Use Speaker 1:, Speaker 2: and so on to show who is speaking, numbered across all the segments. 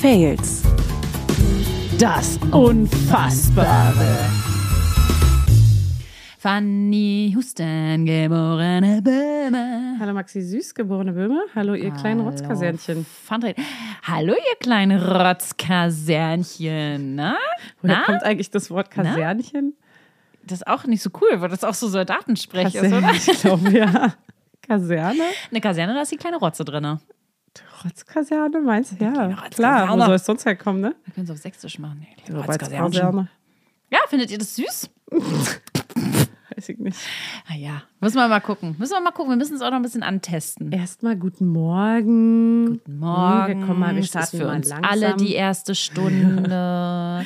Speaker 1: Fails.
Speaker 2: Das Unfassbare.
Speaker 3: Fanny Houston, geborene Böhme.
Speaker 2: Hallo Maxi Süß, geborene Böhme. Hallo ihr kleinen
Speaker 3: Hallo,
Speaker 2: Rotzkasernchen.
Speaker 3: Fandre- Hallo, ihr kleinen ne? Rotzkasernchen. Na?
Speaker 2: Woher
Speaker 3: Na?
Speaker 2: kommt eigentlich das Wort Kasernchen?
Speaker 3: Das ist auch nicht so cool, weil das auch so Soldatensprech ist,
Speaker 2: Kaserne,
Speaker 3: oder?
Speaker 2: ich glaube ja. Kaserne?
Speaker 3: Eine Kaserne, da ist die kleine Rotze drin.
Speaker 2: Rotzkaserne meinst du? Ja,
Speaker 3: Rotzkaserne.
Speaker 2: klar. Wo soll es sonst herkommen, ne?
Speaker 3: Wir können es auf Sächsisch machen. Nee, die Rotzkasernchen.
Speaker 2: Rotzkaserne.
Speaker 3: Ja, findet ihr das süß?
Speaker 2: Weiß ich nicht.
Speaker 3: Ah ja, Äh, müssen wir mal gucken. Müssen wir mal gucken. Wir müssen es auch noch ein bisschen antesten.
Speaker 2: Erstmal guten Morgen.
Speaker 3: Guten Morgen.
Speaker 2: Wir kommen mal, wir
Speaker 3: Es ist
Speaker 2: starten
Speaker 3: für
Speaker 2: mal
Speaker 3: uns
Speaker 2: langsam.
Speaker 3: alle die erste Stunde.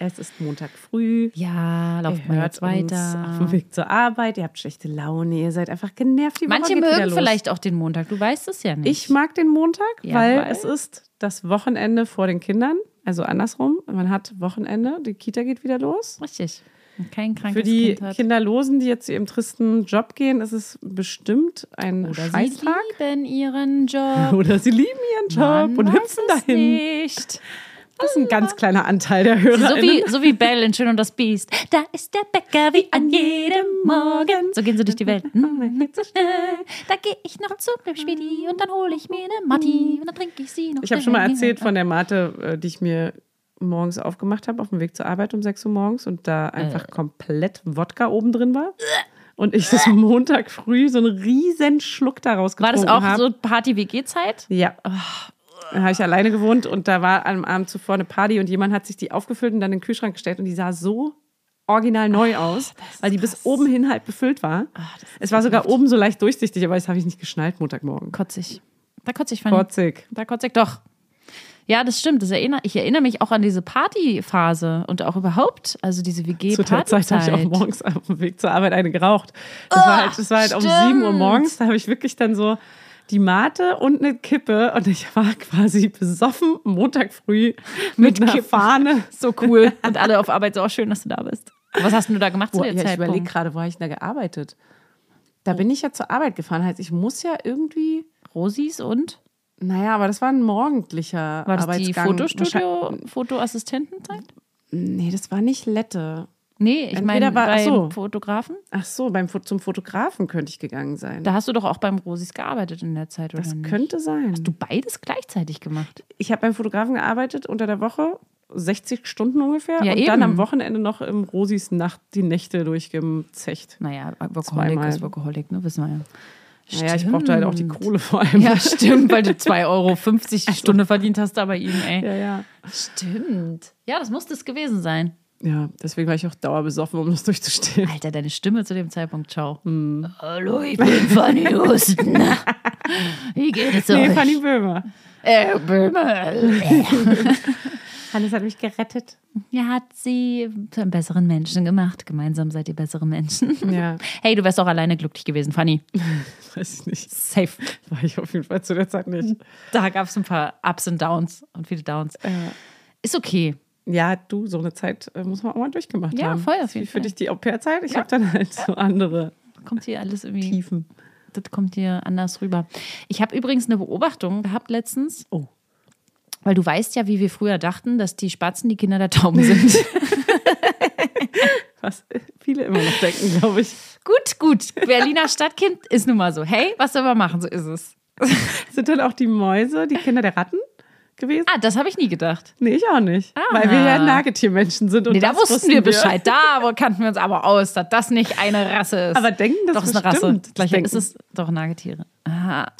Speaker 2: es ist Montag früh.
Speaker 3: ja, lauft
Speaker 2: Ihr
Speaker 3: mal
Speaker 2: hört
Speaker 3: jetzt weiter.
Speaker 2: Uns auf dem Weg zur Arbeit. Ihr habt schlechte Laune. Ihr seid einfach genervt. Die Woche
Speaker 3: Manche
Speaker 2: geht wieder
Speaker 3: mögen
Speaker 2: los.
Speaker 3: vielleicht auch den Montag, du weißt es ja nicht.
Speaker 2: Ich mag den Montag,
Speaker 3: Ja,
Speaker 2: weil
Speaker 3: weil?
Speaker 2: es ist das Wochenende vor den Kindern. Also andersrum, man hat Wochenende, die Kita geht wieder los.
Speaker 3: Richtig. Und Kein krankes
Speaker 2: Für die
Speaker 3: Kind hat.
Speaker 2: Kinderlosen, die jetzt zu ihrem tristen Job gehen, ist es bestimmt ein
Speaker 3: Oder sie
Speaker 2: Scheißtag.
Speaker 3: lieben ihren Job.
Speaker 2: Oder sie lieben ihren Job
Speaker 3: Man
Speaker 2: und
Speaker 3: weiß
Speaker 2: hüpfen
Speaker 3: es
Speaker 2: dahin.
Speaker 3: Nicht.
Speaker 2: Das ist ein ganz kleiner Anteil der
Speaker 3: So
Speaker 2: HörerInnen.
Speaker 3: wie, so wie Belle in Schön und das Biest. Da ist der Bäcker wie an jedem Morgen. So gehen sie durch die Welt. Hm, Da gehe ich noch zu dem Schmiedi und dann hole ich mir eine Matti und dann trinke ich sie noch.
Speaker 2: Hm. Ich habe schon mal erzählt von der Mate, äh, die ich mir morgens aufgemacht habe, auf dem Weg zur Arbeit um 6 Uhr morgens und da
Speaker 3: Äh.
Speaker 2: einfach komplett Wodka oben drin war. Und ich das Montag früh so einen riesen Schluck daraus
Speaker 3: War
Speaker 2: getrunken
Speaker 3: das auch
Speaker 2: habe.
Speaker 3: so Party-WG-Zeit?
Speaker 2: Ja. Oh. Da habe ich alleine gewohnt und da war am Abend zuvor eine Party und jemand hat sich die aufgefüllt und dann in den Kühlschrank gestellt und die sah so original neu aus, weil die bis oben hin halt befüllt war.
Speaker 3: Ah,
Speaker 2: es war sogar oben so leicht durchsichtig, aber das habe ich nicht geschnallt Montagmorgen.
Speaker 3: Kotzig. Da kotze ich, Fanny.
Speaker 2: Kotzig.
Speaker 3: Da kotze ich doch. Ja, das stimmt. Das erinner, ich erinnere mich auch an diese Partyphase und auch überhaupt, also diese wg
Speaker 2: Zu der Zeit habe ich auch
Speaker 3: partyzeit
Speaker 2: morgens auf dem Weg zur Arbeit eine geraucht. Das war halt, das war halt um
Speaker 3: stimmt.
Speaker 2: 7 Uhr morgens, da habe ich wirklich dann so die Mate und eine Kippe und ich war quasi besoffen Montag früh mit, einer
Speaker 3: Kippen.
Speaker 2: Fahne.
Speaker 3: So cool. Und alle auf Arbeit so auch schön, dass du da bist. Was hast denn du da gemacht zu
Speaker 2: Boah,
Speaker 3: der Oh.
Speaker 2: ja, ich überlege
Speaker 3: Zeitpunkt?
Speaker 2: gerade, wo habe ich denn da gearbeitet? Da bin ich ja zur Arbeit gefahren. Heißt, ich muss ja irgendwie.
Speaker 3: Rosis und?
Speaker 2: Naja, aber das war ein morgendlicher
Speaker 3: War das die
Speaker 2: Arbeitsgang. Wahrscheinlich-
Speaker 3: Fotostudio, Fotoassistentenzeit?
Speaker 2: Nee, das war nicht Lette.
Speaker 3: Nee, ich
Speaker 2: Entweder
Speaker 3: meine
Speaker 2: war- ach
Speaker 3: beim
Speaker 2: so.
Speaker 3: Fotografen.
Speaker 2: Ach so, beim, Fo- zum Fotografen könnte ich gegangen sein.
Speaker 3: Da hast du doch auch beim Rosis gearbeitet in der Zeit, oder
Speaker 2: das
Speaker 3: nicht?
Speaker 2: könnte sein.
Speaker 3: du beides gleichzeitig gemacht.
Speaker 2: ich habe beim Fotografen gearbeitet unter der Woche, 60 Stunden ungefähr.
Speaker 3: Ja,
Speaker 2: und dann
Speaker 3: eben.
Speaker 2: am Wochenende noch im Rosis Nacht die Nächte durchgezecht.
Speaker 3: Naja, Workaholic
Speaker 2: Zweimal.
Speaker 3: ist Workaholic, ne? Wissen wir ja.
Speaker 2: Naja, ich brauchte halt auch die
Speaker 3: Stimmt.
Speaker 2: Kohle vor allem.
Speaker 3: Ja, stimmt, weil du 2,50 Euro die Stunde verdient hast da bei ihm, ey.
Speaker 2: ja, ja.
Speaker 3: Stimmt. Ja, das muss es gewesen sein.
Speaker 2: Ja, deswegen war ich auch dauerbesoffen, um das durchzustehen.
Speaker 3: Alter, deine Stimme zu dem Zeitpunkt, ciao. Hallo, ich bin Fanny Husten. Wie geht es
Speaker 2: Nee,
Speaker 3: euch?
Speaker 2: Fanny Böhmer.
Speaker 3: Äh, Böhme.
Speaker 2: Hannes hat mich gerettet.
Speaker 3: Ja, hat sie zu einem besseren Menschen gemacht. Gemeinsam seid ihr bessere Menschen.
Speaker 2: Ja.
Speaker 3: Hey, du wärst auch alleine glücklich gewesen, Fanny.
Speaker 2: Weiß ich nicht.
Speaker 3: Safe.
Speaker 2: War ich auf jeden Fall zu der Zeit nicht.
Speaker 3: Da gab es ein paar Ups und Downs und viele Downs. Ist okay.
Speaker 2: Ja, du, so eine Zeit äh, muss man auch mal durchgemacht
Speaker 3: Ja,
Speaker 2: haben.
Speaker 3: voll, auf
Speaker 2: Wie
Speaker 3: jeden
Speaker 2: für
Speaker 3: Fall.
Speaker 2: dich die Au-pair-Zeit. Ich habe dann halt so andere
Speaker 3: Kommt hier alles irgendwie.
Speaker 2: Tiefen.
Speaker 3: Das kommt dir anders rüber. Ich habe übrigens eine Beobachtung gehabt letztens,
Speaker 2: Oh.
Speaker 3: weil du weißt ja, wie wir früher dachten, dass die Spatzen die Kinder der Tauben sind.
Speaker 2: Was viele immer noch denken, glaube ich.
Speaker 3: gut, gut. Berliner Stadtkind ist nun mal so. Hey, was soll man machen? So ist es.
Speaker 2: Sind dann auch die Mäuse die Kinder der Ratten gewesen?
Speaker 3: Ah, das habe ich nie gedacht.
Speaker 2: Nee, ich auch nicht. Weil wir ja Nagetiermenschen sind. Und
Speaker 3: Nee, da
Speaker 2: das
Speaker 3: wussten wir Bescheid. Da aber kannten wir uns aber aus, dass das nicht eine Rasse ist.
Speaker 2: Aber denken das
Speaker 3: doch ist eine Rasse.
Speaker 2: bestimmt.
Speaker 3: Gleich
Speaker 2: Denken.
Speaker 3: ist es doch Nagetiere.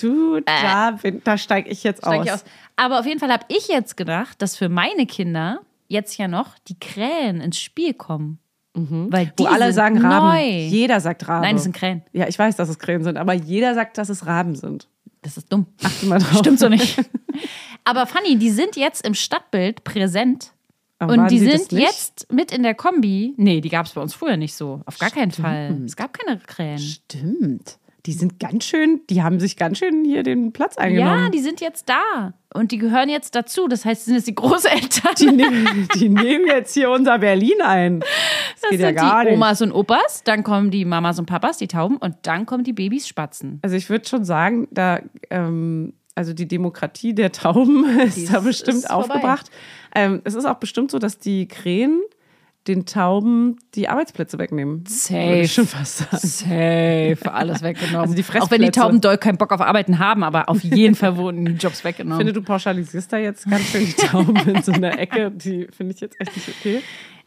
Speaker 2: Du, da, bin- da steige ich jetzt
Speaker 3: Äh. Steig
Speaker 2: aus.
Speaker 3: ich aus. Aber auf jeden Fall habe ich jetzt gedacht, dass für meine Kinder jetzt ja noch die Krähen ins Spiel kommen. Weil die
Speaker 2: Mhm. Wo alle
Speaker 3: sind
Speaker 2: sagen Raben.
Speaker 3: Neu.
Speaker 2: Jeder sagt Raben.
Speaker 3: Nein, das sind Krähen.
Speaker 2: Ja, ich weiß, dass es Krähen sind, aber jeder sagt, dass es Raben sind.
Speaker 3: Das ist dumm.
Speaker 2: Achte mal drauf.
Speaker 3: Stimmt so nicht. Aber Fanny, die sind jetzt im Stadtbild präsent.
Speaker 2: Aber
Speaker 3: und
Speaker 2: waren
Speaker 3: die
Speaker 2: sie das
Speaker 3: sind
Speaker 2: nicht?
Speaker 3: jetzt mit in der Kombi. Nee, die gab es bei uns früher nicht so. Auf gar keinen Fall. Es gab keine Krähen.
Speaker 2: Stimmt. Die sind ganz schön, die haben sich ganz schön hier den Platz
Speaker 3: Ja,
Speaker 2: eingenommen.
Speaker 3: die sind jetzt da. Und die gehören jetzt dazu. Das heißt, sind jetzt die Großeltern.
Speaker 2: die, nehmen, die nehmen jetzt hier unser Berlin ein. Das,
Speaker 3: Das
Speaker 2: geht ja
Speaker 3: sind
Speaker 2: gar
Speaker 3: die
Speaker 2: nicht.
Speaker 3: Omas und Opas, dann kommen die Mamas und Papas, die Tauben, und dann kommen die Babys Spatzen.
Speaker 2: Also ich würde schon sagen, da ähm, also die Demokratie der Tauben ist
Speaker 3: Die
Speaker 2: da
Speaker 3: ist-
Speaker 2: bestimmt
Speaker 3: ist vorbei.
Speaker 2: aufgebracht. Ähm, es ist auch bestimmt so, dass die Krähen den Tauben die Arbeitsplätze wegnehmen.
Speaker 3: Safe.
Speaker 2: Würde ich schon fast sagen.
Speaker 3: Safe, alles weggenommen.
Speaker 2: Also die
Speaker 3: auch wenn die
Speaker 2: Fressplätze.
Speaker 3: Tauben doll keinen Bock auf Arbeiten haben, aber auf jeden Fall wurden die Jobs
Speaker 2: Ich finde,
Speaker 3: weggenommen.
Speaker 2: du pauschalisierst da jetzt ganz schön die Tauben in so einer Ecke. Die finde ich jetzt echt nicht okay.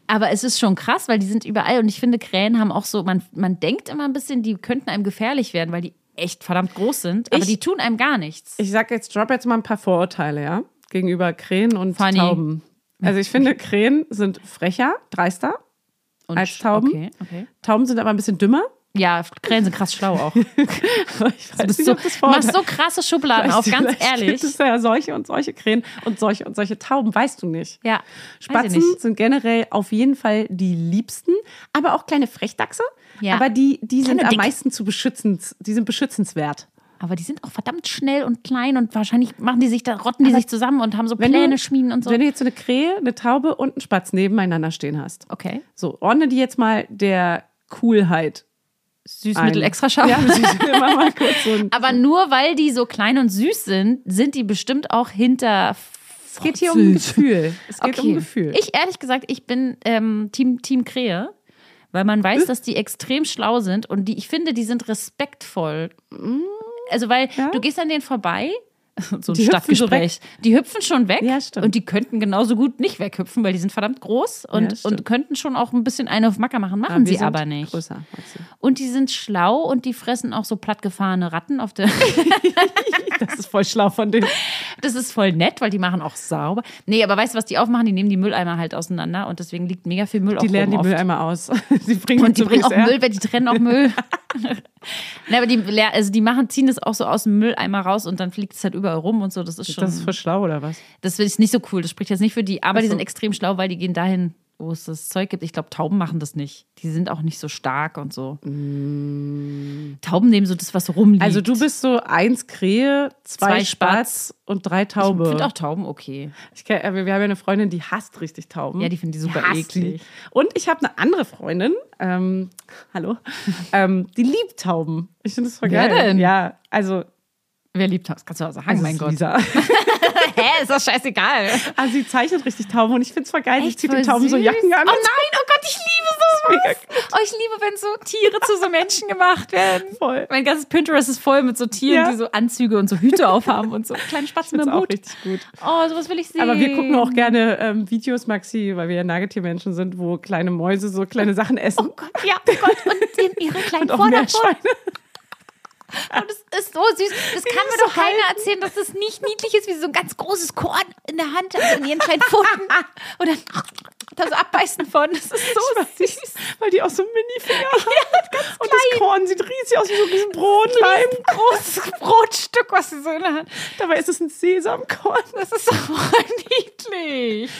Speaker 3: Aber es ist schon krass, weil die sind überall und ich finde, Krähen haben auch so, man, man denkt immer ein bisschen, die könnten einem gefährlich werden, weil die echt verdammt groß sind, aber
Speaker 2: Ich-
Speaker 3: die tun einem gar nichts.
Speaker 2: Ich sag jetzt, drop jetzt mal ein paar Vorurteile, ja? Gegenüber Krähen und
Speaker 3: Funny.
Speaker 2: Tauben. Also ich finde, Krähen sind frecher, dreister.
Speaker 3: Und
Speaker 2: als Tauben?
Speaker 3: Okay, okay.
Speaker 2: Tauben sind aber ein bisschen dümmer.
Speaker 3: Ja, Krähen sind krass schlau auch. Du
Speaker 2: Aber Ich weiß
Speaker 3: bist
Speaker 2: nicht,
Speaker 3: so,
Speaker 2: ob das
Speaker 3: du machst
Speaker 2: Vorurteil
Speaker 3: so krasse Schubladen auf, ganz
Speaker 2: Vielleicht
Speaker 3: ehrlich.
Speaker 2: Gibt es ja solche und solche Krähen und solche und solche Tauben, weißt du nicht.
Speaker 3: Ja, weiß ich
Speaker 2: Spatzen
Speaker 3: nicht.
Speaker 2: sind generell auf jeden Fall die liebsten, aber auch kleine Frechdachse.
Speaker 3: Ja.
Speaker 2: Aber die, die sind
Speaker 3: Kleine
Speaker 2: am
Speaker 3: Dicke.
Speaker 2: meisten zu beschützens, die sind beschützenswert.
Speaker 3: Aber die sind auch verdammt schnell und klein und wahrscheinlich machen die sich, da rotten die sich zusammen und haben so
Speaker 2: Wenn du-
Speaker 3: Pläne schmieden und so.
Speaker 2: Wenn du jetzt so eine Krähe, eine Taube und einen Spatz nebeneinander stehen hast.
Speaker 3: Okay.
Speaker 2: So, ordne die jetzt mal der Coolheit.
Speaker 3: Süßmittel
Speaker 2: ein.
Speaker 3: extra scharf.
Speaker 2: Ja, mach mal kurz so ein
Speaker 3: Aber nur weil die so klein und süß sind, sind die bestimmt auch hinter. Es
Speaker 2: geht hier um Gefühl. Es geht um Gefühl.
Speaker 3: Ich ehrlich gesagt, ich bin ähm, Team, Team Krähe, weil man weiß, dass die extrem schlau sind und die, ich finde, die sind respektvoll. Also, weil
Speaker 2: Mm. Ja.
Speaker 3: du gehst an denen vorbei. So ein
Speaker 2: Die hüpfen
Speaker 3: Stadtgespräch. die hüpfen schon weg
Speaker 2: Ja, stimmt.
Speaker 3: und die könnten genauso gut nicht weghüpfen, weil die sind verdammt groß
Speaker 2: Ja,
Speaker 3: und,
Speaker 2: stimmt.
Speaker 3: und könnten schon auch ein bisschen eine auf Macker machen, machen
Speaker 2: Ah, Wir
Speaker 3: sie
Speaker 2: sind
Speaker 3: aber nicht.
Speaker 2: Größer. Maxi.
Speaker 3: Und die sind schlau und die fressen auch so plattgefahrene Ratten auf der
Speaker 2: Das ist voll schlau von denen.
Speaker 3: Das ist voll nett, weil die machen auch sauber. Nee, aber weißt du, was die aufmachen? Die nehmen die Mülleimer halt auseinander und deswegen liegt mega viel Müll auf
Speaker 2: Die lernen die
Speaker 3: oben oft.
Speaker 2: Mülleimer aus. Die bringen ihn
Speaker 3: Und die
Speaker 2: zum
Speaker 3: bringen auch
Speaker 2: BSR.
Speaker 3: Müll, weil die trennen auch Müll. nee, aber die, leer- also die machen, ziehen das auch so aus dem Mülleimer raus und dann fliegt es halt überall rum und so. Das ist schon,
Speaker 2: Das ist
Speaker 3: das,
Speaker 2: voll schlau, oder was?
Speaker 3: finde ich nicht so cool. Das spricht jetzt nicht für die, aber die
Speaker 2: so.
Speaker 3: sind extrem schlau, weil die gehen dahin, wo es das Zeug gibt. Ich glaube, Tauben machen das nicht. Die sind auch nicht so stark und so. Tauben nehmen so das, was rumliegt.
Speaker 2: Also du bist so eins Krähe, zwei,
Speaker 3: Zwei Spatz.
Speaker 2: Spatz und drei
Speaker 3: Ich
Speaker 2: Taube.
Speaker 3: finde auch Tauben okay.
Speaker 2: Ich kenn, äh, wir haben ja eine Freundin, die hasst richtig Tauben.
Speaker 3: Ja, die finden die super
Speaker 2: hasst die.
Speaker 3: eklig.
Speaker 2: Und ich habe eine andere Freundin, ähm, hallo, ähm, die liebt Tauben. Ich finde das voll
Speaker 3: Wer
Speaker 2: geil.
Speaker 3: denn?
Speaker 2: Ja, also,
Speaker 3: Wer liebt Tauben? Das kannst du auch sagen,
Speaker 2: also
Speaker 3: mein
Speaker 2: es ist
Speaker 3: Gott.
Speaker 2: Lisa.
Speaker 3: Hä, ist das scheißegal.
Speaker 2: Also sie zeichnet richtig Tauben und ich finde es voll geil. sie
Speaker 3: Echt
Speaker 2: zieht den
Speaker 3: voll
Speaker 2: Tauben so
Speaker 3: süß.
Speaker 2: Jacken an.
Speaker 3: Oh nein, oh Gott, ich liebe sowas. Oh, ich liebe, wenn so Tiere zu so Menschen gemacht werden.
Speaker 2: Voll.
Speaker 3: Mein ganzes Pinterest ist voll mit so Tieren,
Speaker 2: Ja.
Speaker 3: die so Anzüge und so Hüte aufhaben und so kleinen
Speaker 2: Ich
Speaker 3: Spatzen
Speaker 2: finde
Speaker 3: mit
Speaker 2: es
Speaker 3: dem
Speaker 2: auch
Speaker 3: Hut.
Speaker 2: richtig gut.
Speaker 3: Oh, sowas will ich sehen.
Speaker 2: Aber wir gucken auch gerne ähm, Videos, Maxi, weil wir ja Nagetiermenschen sind, wo kleine Mäuse so kleine Sachen essen.
Speaker 3: Oh Gott, ja, oh Gott, und den, ihre kleinen
Speaker 2: und auch
Speaker 3: Vorderpfoten.
Speaker 2: Meerschweine.
Speaker 3: Und es ist so süß. Das kann mir
Speaker 2: so
Speaker 3: doch keiner erzählen, dass das nicht niedlich ist, wie sie so ein ganz großes Korn in der Hand, also in ihren kleinen Pfoten. Und dann da so abbeißen von. Das ist so süß.
Speaker 2: Weil die auch so Mini-Finger haben. und das Korn sieht riesig aus wie so ein riesen Brotleim.
Speaker 3: großes Brotstück, was sie so in der Hand.
Speaker 2: Dabei ist es ein Sesamkorn.
Speaker 3: Das ist doch niedlich.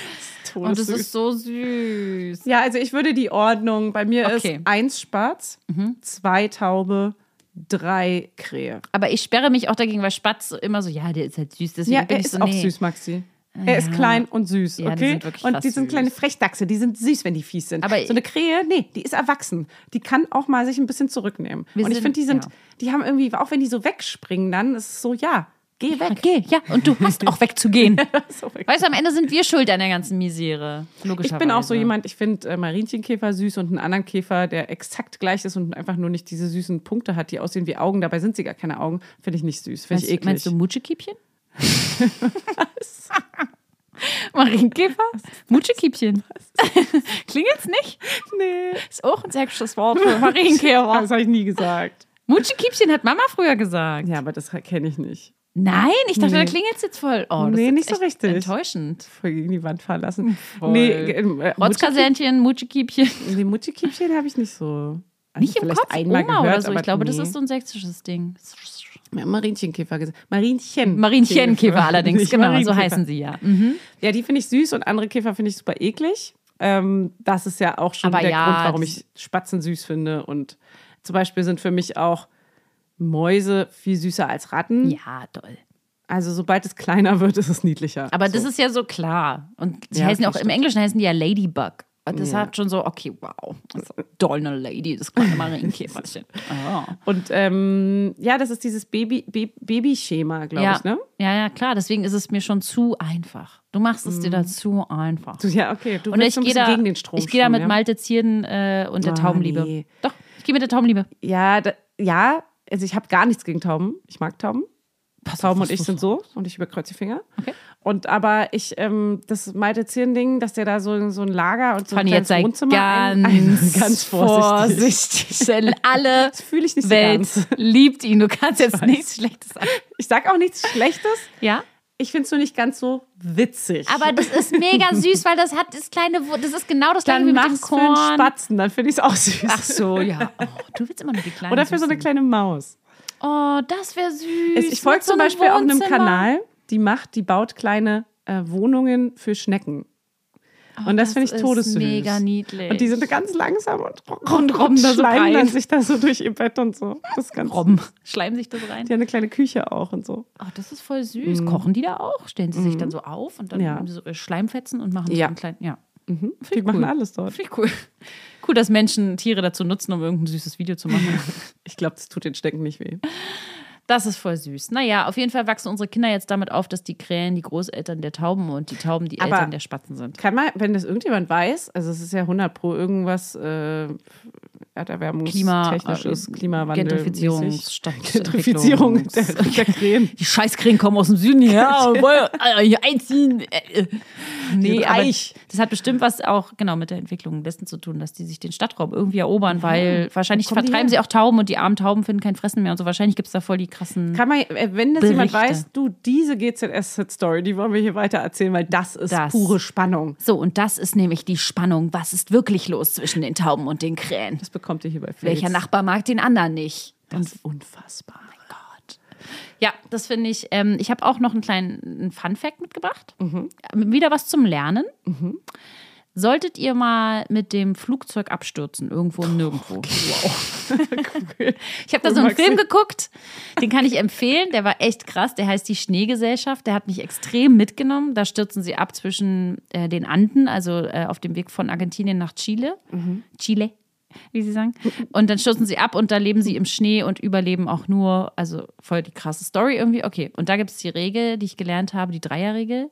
Speaker 3: Und es
Speaker 2: Todessüß.
Speaker 3: Oh, ist so süß.
Speaker 2: ja, also ich würde die Ordnung, bei mir
Speaker 3: Okay.
Speaker 2: ist eins Spatz, zwei Taube, drei Krähe.
Speaker 3: Aber ich sperre mich auch dagegen, weil Spatz so immer so, ja, der ist halt süß, deswegen
Speaker 2: Ja,
Speaker 3: bin
Speaker 2: er
Speaker 3: ich
Speaker 2: ist
Speaker 3: so,
Speaker 2: auch
Speaker 3: nee.
Speaker 2: süß, Maxi. Er ist klein und süß,
Speaker 3: Ja, die
Speaker 2: okay?
Speaker 3: sind wirklich
Speaker 2: und
Speaker 3: krass
Speaker 2: die sind
Speaker 3: süß.
Speaker 2: kleine Frechdachse, die sind süß, wenn die fies sind.
Speaker 3: Aber-
Speaker 2: so eine Krähe, nee, die ist erwachsen. Die kann auch mal sich ein bisschen zurücknehmen.
Speaker 3: Wir
Speaker 2: und ich
Speaker 3: sind-
Speaker 2: finde, die sind,
Speaker 3: ja.
Speaker 2: die haben irgendwie, auch wenn die so wegspringen, dann ist es so, ja, geh weg.
Speaker 3: Okay, ja, und du hast auch wegzugehen.
Speaker 2: So weg.
Speaker 3: Weißt du, am Ende sind wir schuld an der ganzen Misere.
Speaker 2: Ich
Speaker 3: Logischerweise.
Speaker 2: bin auch so jemand, ich finde äh, Marienchenkäfer süß und einen anderen Käfer, der exakt gleich ist und einfach nur nicht diese süßen Punkte hat, die aussehen wie Augen, dabei sind sie gar keine Augen, finde ich nicht süß, finde ich
Speaker 3: Meinst,
Speaker 2: eklig.
Speaker 3: meinst du Mutschekiebchen? Marienkäfer? Mutschekiebchen. Klingelt's nicht?
Speaker 2: nee,
Speaker 3: Ist auch ein sächsisches Wort für Marienkäfer.
Speaker 2: das habe ich nie gesagt.
Speaker 3: Mutschekiebchen hat Mama früher gesagt.
Speaker 2: Ja, aber das kenne ich nicht.
Speaker 3: Nein, ich dachte, da
Speaker 2: Nee.
Speaker 3: klingelt's jetzt voll. Oh, das
Speaker 2: Nee,
Speaker 3: ist
Speaker 2: nicht so
Speaker 3: echt
Speaker 2: richtig.
Speaker 3: Enttäuschend.
Speaker 2: Voll gegen die Wand fahren lassen.
Speaker 3: Voll.
Speaker 2: Nee, äh, äh,
Speaker 3: Rotzkasernchen, Mutschekiebchen.
Speaker 2: Mutti- nee, Muttikiebchen habe ich nicht so. Also
Speaker 3: Nicht im
Speaker 2: vielleicht
Speaker 3: Kopf, Oma oder so.
Speaker 2: aber
Speaker 3: Ich glaube, das
Speaker 2: nee.
Speaker 3: ist so ein sächsisches Ding.
Speaker 2: Ja, Marienchenkäfer gesagt. Marienchen.
Speaker 3: Marienchenkäfer allerdings,
Speaker 2: Nicht
Speaker 3: genau, so
Speaker 2: Marienkäfer.
Speaker 3: heißen sie ja. Mhm.
Speaker 2: Ja, die finde ich süß und andere Käfer finde ich super eklig. Ähm, das ist ja auch schon
Speaker 3: Aber
Speaker 2: der
Speaker 3: ja,
Speaker 2: Grund, warum
Speaker 3: das-
Speaker 2: ich Spatzen süß finde. Und zum Beispiel sind für mich auch Mäuse viel süßer als Ratten.
Speaker 3: Ja, toll.
Speaker 2: Also sobald es kleiner wird, ist es niedlicher.
Speaker 3: Aber das
Speaker 2: So.
Speaker 3: ist ja so klar. Und die
Speaker 2: Ja,
Speaker 3: heißen
Speaker 2: das
Speaker 3: auch, im
Speaker 2: stimmt.
Speaker 3: Englischen heißen die ja Ladybug. Und das
Speaker 2: Ja.
Speaker 3: hat schon so, okay, wow. Also, doll eine Lady, das kleine Marienkäferchen. Ah.
Speaker 2: Und ähm, ja, das ist dieses Baby, Ba- Babyschema, glaube
Speaker 3: Ja.
Speaker 2: ich, ne?
Speaker 3: ja, ja, klar. Deswegen ist es mir schon zu einfach. Du machst es dir da Mhm. zu einfach.
Speaker 2: Du, ja, okay. Du
Speaker 3: und
Speaker 2: willst
Speaker 3: ich
Speaker 2: so ein
Speaker 3: gehe
Speaker 2: bisschen
Speaker 3: da,
Speaker 2: gegen den Strom.
Speaker 3: ich gehe da
Speaker 2: schwimmen,
Speaker 3: mit
Speaker 2: ja?
Speaker 3: Malte Zierden äh, und der
Speaker 2: Ah,
Speaker 3: Taubenliebe.
Speaker 2: nee.
Speaker 3: Doch, ich gehe mit der Taubenliebe.
Speaker 2: Ja, da, ja, also ich habe gar nichts gegen Tauben. Ich mag Tauben. Tauben und ich sind so und ich überkreuze die Finger.
Speaker 3: Okay.
Speaker 2: Und aber ich, ähm, das Malte Zierending, dass der da so, so ein Lager und so ein
Speaker 3: Fanny, jetzt
Speaker 2: kleines
Speaker 3: sei
Speaker 2: Wohnzimmer
Speaker 3: ganz,
Speaker 2: ein- ganz vorsichtig.
Speaker 3: vorsichtig. Denn alle
Speaker 2: Das fühle ich nicht so
Speaker 3: Welt
Speaker 2: ganz.
Speaker 3: liebt ihn. Du kannst jetzt nichts Schlechtes sagen.
Speaker 2: Ich sag auch nichts Schlechtes.
Speaker 3: Ja?
Speaker 2: Ich finde es nur nicht ganz so witzig.
Speaker 3: Aber das ist mega süß, weil das hat das kleine, Wur- das ist genau das gleiche
Speaker 2: dann
Speaker 3: wie mit dem
Speaker 2: mach's für einen
Speaker 3: Korn.
Speaker 2: Spatzen, dann finde ich es auch süß.
Speaker 3: Ach so, ja. Oh, du willst immer nur die kleinen.
Speaker 2: Oder für so eine
Speaker 3: Süßen.
Speaker 2: kleine Maus.
Speaker 3: Oh, das wäre süß.
Speaker 2: Ich folge
Speaker 3: Mit so
Speaker 2: zum Beispiel auch einem
Speaker 3: Wohnzimmer.
Speaker 2: Kanal, die macht, die baut kleine äh, Wohnungen für Schnecken. und Oh, das, finde ich
Speaker 3: ist
Speaker 2: todessüß.
Speaker 3: Mega niedlich.
Speaker 2: Und die sind ganz langsam und, und
Speaker 3: robben da so
Speaker 2: schleimen dann
Speaker 3: rein.
Speaker 2: sich da so durch ihr Bett und so. Das ist ganz
Speaker 3: Robben. Schleimen sich das rein.
Speaker 2: Die haben eine kleine Küche auch und so.
Speaker 3: Oh, das ist voll süß. Kochen die da auch? Stellen sie sich dann so auf und dann
Speaker 2: Mhm. Ja.
Speaker 3: haben sie so ihre Schleimfetzen und machen
Speaker 2: Ja.
Speaker 3: so einen kleinen. Ja.
Speaker 2: die machen
Speaker 3: cool.
Speaker 2: alles dort.
Speaker 3: Finde ich cool. Cool, dass Menschen Tiere dazu nutzen, um irgendein süßes Video zu machen.
Speaker 2: Ich glaube, das tut den Schnecken nicht weh.
Speaker 3: Das ist voll süß. Naja, auf jeden Fall wachsen unsere Kinder jetzt damit auf, dass die Krähen die Großeltern der Tauben und die Tauben die
Speaker 2: Aber-
Speaker 3: Eltern der Spatzen sind.
Speaker 2: Kann man, wenn das irgendjemand weiß, also es ist ja 100 pro irgendwas äh,
Speaker 3: Klima,
Speaker 2: Erderwärmungstechnisches,
Speaker 3: äh,
Speaker 2: Klimawandel.
Speaker 3: Gentrifizierung,
Speaker 2: mäßig.
Speaker 3: Stadtentwicklung.
Speaker 2: Gentrifizierung der, der Krähen.
Speaker 3: Die scheiß Krähen kommen aus dem Süden her und wollen äh, hier einziehen. Äh, äh. Nee,
Speaker 2: aber-
Speaker 3: aber das hat bestimmt was auch genau mit der Entwicklung dessen zu tun, dass die sich den Stadtraum irgendwie erobern, weil wahrscheinlich
Speaker 2: Wo kommen die
Speaker 3: vertreiben
Speaker 2: her?
Speaker 3: sie auch Tauben und die armen Tauben finden kein Fressen mehr und so. Wahrscheinlich gibt es da voll die krassen.
Speaker 2: Kann man, äh, wenn das jemand
Speaker 3: Berichte.
Speaker 2: weiß, du, diese GZS-Hit-Story, die wollen wir hier weiter erzählen, weil das ist
Speaker 3: Das.
Speaker 2: pure Spannung.
Speaker 3: So, und das ist nämlich die Spannung. Was ist wirklich los zwischen den Tauben und den Krähen?
Speaker 2: Das bekommt ihr hier bei Fates.
Speaker 3: Welcher Nachbar mag den anderen nicht?
Speaker 2: Das ist unfassbar.
Speaker 3: Gott. Ja, das finde ich. Ähm, ich habe auch noch einen kleinen Fun-Fact mitgebracht.
Speaker 2: Mhm.
Speaker 3: Wieder was zum Lernen. Solltet ihr mal mit dem Flugzeug abstürzen, irgendwo und nirgendwo. Ich habe da
Speaker 2: Cool,
Speaker 3: so einen
Speaker 2: Maxi.
Speaker 3: Film geguckt, den kann ich empfehlen. Der war echt krass. Der heißt Die Schneegesellschaft. Der hat mich extrem mitgenommen. Da stürzen sie ab zwischen äh, den Anden, also äh, auf dem Weg von Argentinien nach Chile. Chile, wie sie sagen. Und dann stürzen sie ab und da leben sie im Schnee und überleben auch nur, also voll die krasse Story irgendwie. Okay, und da gibt es die Regel, die ich gelernt habe, die Dreierregel.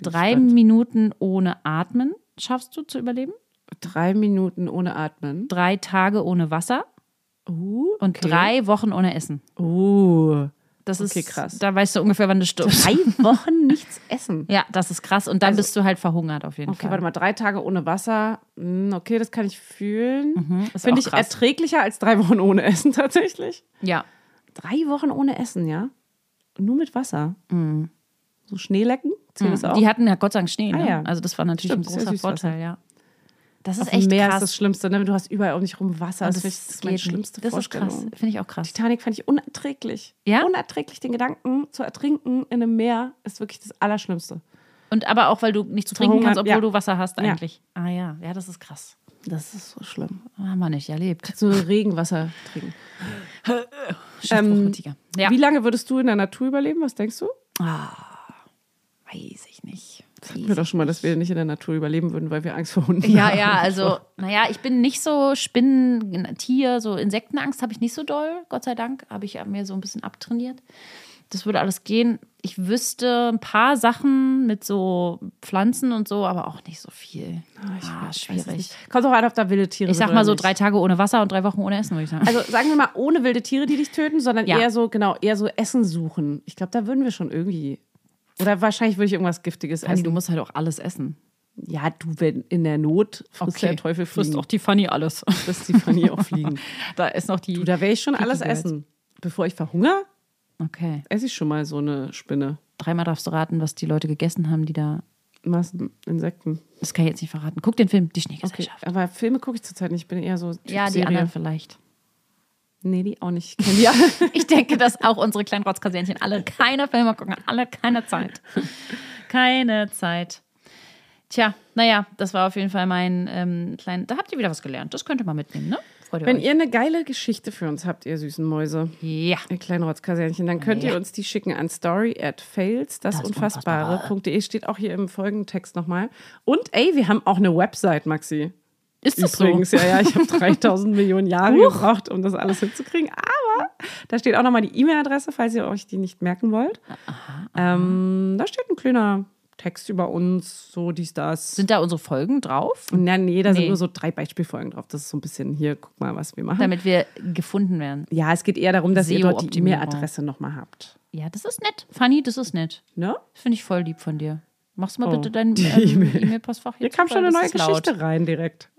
Speaker 3: Drei Minuten ohne Atmen schaffst du zu überleben.
Speaker 2: Drei Minuten ohne Atmen.
Speaker 3: Drei Tage ohne Wasser
Speaker 2: Uh,
Speaker 3: und drei Wochen ohne Essen.
Speaker 2: Uh.
Speaker 3: Das
Speaker 2: Okay,
Speaker 3: ist
Speaker 2: krass.
Speaker 3: Da weißt du ungefähr, wann du stirbst.
Speaker 2: Drei Wochen nichts essen.
Speaker 3: Ja, das ist krass. Und dann bist du halt verhungert auf jeden
Speaker 2: Okay,
Speaker 3: Fall.
Speaker 2: warte mal, drei Tage ohne Wasser. Hm, okay, das kann ich fühlen.
Speaker 3: ist
Speaker 2: Finde
Speaker 3: auch
Speaker 2: ich
Speaker 3: krass.
Speaker 2: erträglicher als drei Wochen ohne Essen tatsächlich.
Speaker 3: Ja.
Speaker 2: Drei Wochen ohne Essen, ja? Mhm. Nur mit Wasser. So Schneelecken? Zählt das auch?
Speaker 3: Die hatten ja Gott sei Dank Schnee. Ne?
Speaker 2: Mhm. Ah, ja.
Speaker 3: Also das war natürlich
Speaker 2: Stimmt,
Speaker 3: ein
Speaker 2: ist ja
Speaker 3: großer
Speaker 2: Süßwasser.
Speaker 3: Vorteil, ja. Das ist
Speaker 2: Auf dem
Speaker 3: echt
Speaker 2: Meer
Speaker 3: krass.
Speaker 2: ist das Schlimmste. Ne? Du hast überall um dich rum Wasser.
Speaker 3: Und
Speaker 2: Das, ist- das ist meine
Speaker 3: geht nicht.
Speaker 2: schlimmste
Speaker 3: Das ist
Speaker 2: Vorstellung.
Speaker 3: krass. Finde ich auch krass.
Speaker 2: Titanic fand ich unerträglich.
Speaker 3: Ja?
Speaker 2: Unerträglich, den Gedanken zu ertrinken in einem Meer ist wirklich das Allerschlimmste.
Speaker 3: Und aber auch, weil du nichts trinken
Speaker 2: Verhungert,
Speaker 3: kannst, obwohl
Speaker 2: ja.
Speaker 3: du Wasser hast
Speaker 2: Ja.
Speaker 3: eigentlich. Ah ja, ja, das ist krass.
Speaker 2: Das ist so schlimm.
Speaker 3: Haben wir nicht erlebt.
Speaker 2: So Regenwasser trinken.
Speaker 3: Schiffbruch
Speaker 2: Ähm,
Speaker 3: mit Tiger. Ja.
Speaker 2: Wie lange würdest du in der Natur überleben? Was denkst du?
Speaker 3: Weiß ich nicht.
Speaker 2: Hatten wir doch schon mal, dass wir nicht in der Natur überleben würden, weil wir Angst vor Hunden
Speaker 3: Ja,
Speaker 2: haben.
Speaker 3: ja, also, naja, ich bin nicht so Spinnen, Tier, so Insektenangst habe ich nicht so doll, Gott sei Dank. Habe ich mir so ein bisschen abtrainiert. Das würde alles gehen. Ich wüsste ein paar Sachen mit so Pflanzen und so, aber auch nicht so viel.
Speaker 2: Ich
Speaker 3: ah,
Speaker 2: weiß es
Speaker 3: schwierig.
Speaker 2: nicht. Kommt auch an, ob da wilde Tiere
Speaker 3: Also Ich
Speaker 2: sind
Speaker 3: sag mal
Speaker 2: oder
Speaker 3: so
Speaker 2: nicht.
Speaker 3: drei Tage ohne Wasser und drei Wochen ohne Essen, würde ich sagen.
Speaker 2: Also sagen wir mal, ohne wilde Tiere, die dich töten, sondern
Speaker 3: Ja.
Speaker 2: eher so, genau, eher so Essen suchen. Ich glaube, da würden wir schon irgendwie. Oder wahrscheinlich würde ich irgendwas Giftiges
Speaker 3: Fanny,
Speaker 2: essen.
Speaker 3: du musst halt auch alles essen.
Speaker 2: Ja, du, wenn in der Not frisst der Teufel
Speaker 3: frisst
Speaker 2: fliegen.
Speaker 3: auch die Fanny alles.
Speaker 2: frisst die Fanny auch fliegen.
Speaker 3: da ist noch die.
Speaker 2: Du, da werde ich schon alles
Speaker 3: Girls.
Speaker 2: essen. Bevor ich verhungere,
Speaker 3: okay.
Speaker 2: esse ich schon mal so eine Spinne.
Speaker 3: Dreimal darfst du raten, was die Leute gegessen haben, die da.
Speaker 2: Massen, Insekten.
Speaker 3: Das kann ich jetzt nicht verraten. Guck den Film, die Schneegesellschaft.
Speaker 2: Okay. Aber Filme gucke ich zurzeit nicht. Ich bin eher so. Typ
Speaker 3: Ja, die
Speaker 2: Serie.
Speaker 3: anderen vielleicht.
Speaker 2: Nee, die auch nicht. Ich kenn die alle.
Speaker 3: Ich denke, dass auch unsere kleinen Rotzkasernchen alle keine Filme gucken, alle keine Zeit. Keine Zeit. Tja, naja, das war auf jeden Fall mein ähm, kleinen. Da habt ihr wieder was gelernt. Das könnt ihr mal mitnehmen, ne? freut ihr
Speaker 2: Wenn
Speaker 3: euch.
Speaker 2: ihr eine geile Geschichte für uns habt, ihr süßen Mäuse,
Speaker 3: ja.
Speaker 2: ihr kleinen Rotzkasernchen, dann könnt ihr
Speaker 3: Ja.
Speaker 2: uns die schicken an story at fails, das, Unfassbare.de. Steht auch hier im Folgentext nochmal. Und ey, wir haben auch eine Website, Maxi.
Speaker 3: Ist das
Speaker 2: Übrigens,
Speaker 3: so?
Speaker 2: ja, ja, ich habe 3000 Millionen Jahre gebraucht, um das alles hinzukriegen. Aber da steht auch nochmal die E-Mail-Adresse, falls ihr euch die nicht merken wollt. Ähm, da steht ein kleiner Text über uns, so dies, das.
Speaker 3: Sind da unsere Folgen drauf?
Speaker 2: Na, nee, da sind
Speaker 3: Nee.
Speaker 2: nur so drei Beispielfolgen drauf. Das ist so ein bisschen hier, guck mal, was wir machen.
Speaker 3: Damit wir gefunden werden.
Speaker 2: ja, es geht eher darum, dass ihr dort die
Speaker 3: SEO-Optimierung.
Speaker 2: E-Mail-Adresse nochmal habt.
Speaker 3: Ja, das ist nett. Fanny, das ist nett.
Speaker 2: Ne?
Speaker 3: Das finde ich voll lieb von dir. Machst mal
Speaker 2: Oh,
Speaker 3: bitte dein
Speaker 2: die
Speaker 3: ähm,
Speaker 2: E-Mail.
Speaker 3: E-Mail-Postfach
Speaker 2: Hier kam
Speaker 3: voll,
Speaker 2: schon eine
Speaker 3: das
Speaker 2: neue
Speaker 3: ist laut. Ah,
Speaker 2: Geschichte rein direkt.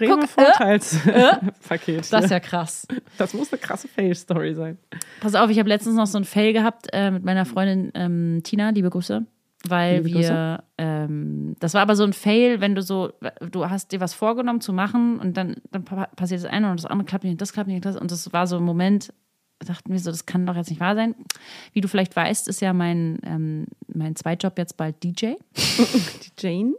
Speaker 2: Rewe
Speaker 3: guck, äh,
Speaker 2: Vorteilspaket.
Speaker 3: Das ist
Speaker 2: hier.
Speaker 3: ja krass.
Speaker 2: das muss eine krasse Fail-Story sein.
Speaker 3: Pass auf, ich habe letztens noch so ein Fail gehabt äh, mit meiner Freundin ähm, Tina, liebe Grüße. Weil
Speaker 2: Liebe Grüße.
Speaker 3: wir, ähm, das war aber so ein Fail, wenn du so, du hast dir was vorgenommen zu machen und dann, dann pa- passiert das eine und das andere klappt nicht und das klappt nicht und das. Und das war so ein Moment, dachten wir so, das kann doch jetzt nicht wahr sein. Wie du vielleicht weißt, ist ja mein, ähm, mein Zweitjob jetzt bald DJ.
Speaker 2: Die Jane.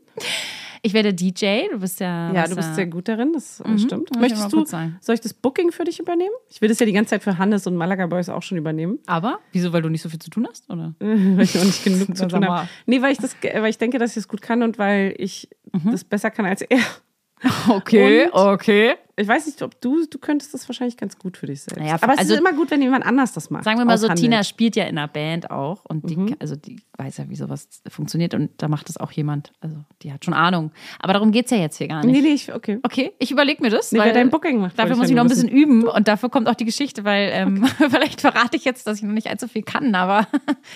Speaker 3: Ich werde DJ, du bist ja.
Speaker 2: Ja,
Speaker 3: was,
Speaker 2: du bist
Speaker 3: äh,
Speaker 2: sehr gut darin, das äh, stimmt.
Speaker 3: muss ich
Speaker 2: Möchtest
Speaker 3: aber
Speaker 2: du,
Speaker 3: kurz sagen.
Speaker 2: soll ich das Booking für dich übernehmen? Ich will das ja die ganze Zeit für Hannes und Malaga Boys auch schon übernehmen,
Speaker 3: Aber? Wieso, weil du nicht so viel zu tun hast, oder?
Speaker 2: weil ich noch nicht genug zu
Speaker 3: Sag
Speaker 2: tun
Speaker 3: mal.
Speaker 2: habe. Nee, weil ich, das, ge- weil ich denke, dass ich das gut kann und weil ich
Speaker 3: Mhm.
Speaker 2: das besser kann als er.
Speaker 3: Okay,
Speaker 2: Und-
Speaker 3: okay.
Speaker 2: Ich weiß nicht, ob du, du könntest das wahrscheinlich ganz gut für dich selbst.
Speaker 3: Naja,
Speaker 2: Aber es
Speaker 3: also-
Speaker 2: ist immer gut, wenn jemand anders das macht.
Speaker 3: Sagen wir mal so,
Speaker 2: aushandelt.
Speaker 3: Tina spielt ja in einer Band auch und die, also die weiß ja, wie sowas funktioniert und da macht es auch jemand. Also die hat schon Ahnung. Aber darum geht es ja jetzt hier gar nicht.
Speaker 2: Nee, nee, ich, okay.
Speaker 3: Okay, ich überlege mir das.
Speaker 2: Nee, wer
Speaker 3: weil
Speaker 2: dein Booking macht, wollte
Speaker 3: Dafür
Speaker 2: ich
Speaker 3: muss
Speaker 2: ja
Speaker 3: ich noch ein
Speaker 2: nur
Speaker 3: bisschen üben und dafür kommt auch die Geschichte, weil ähm, vielleicht verrate ich jetzt, dass ich noch nicht allzu viel kann, aber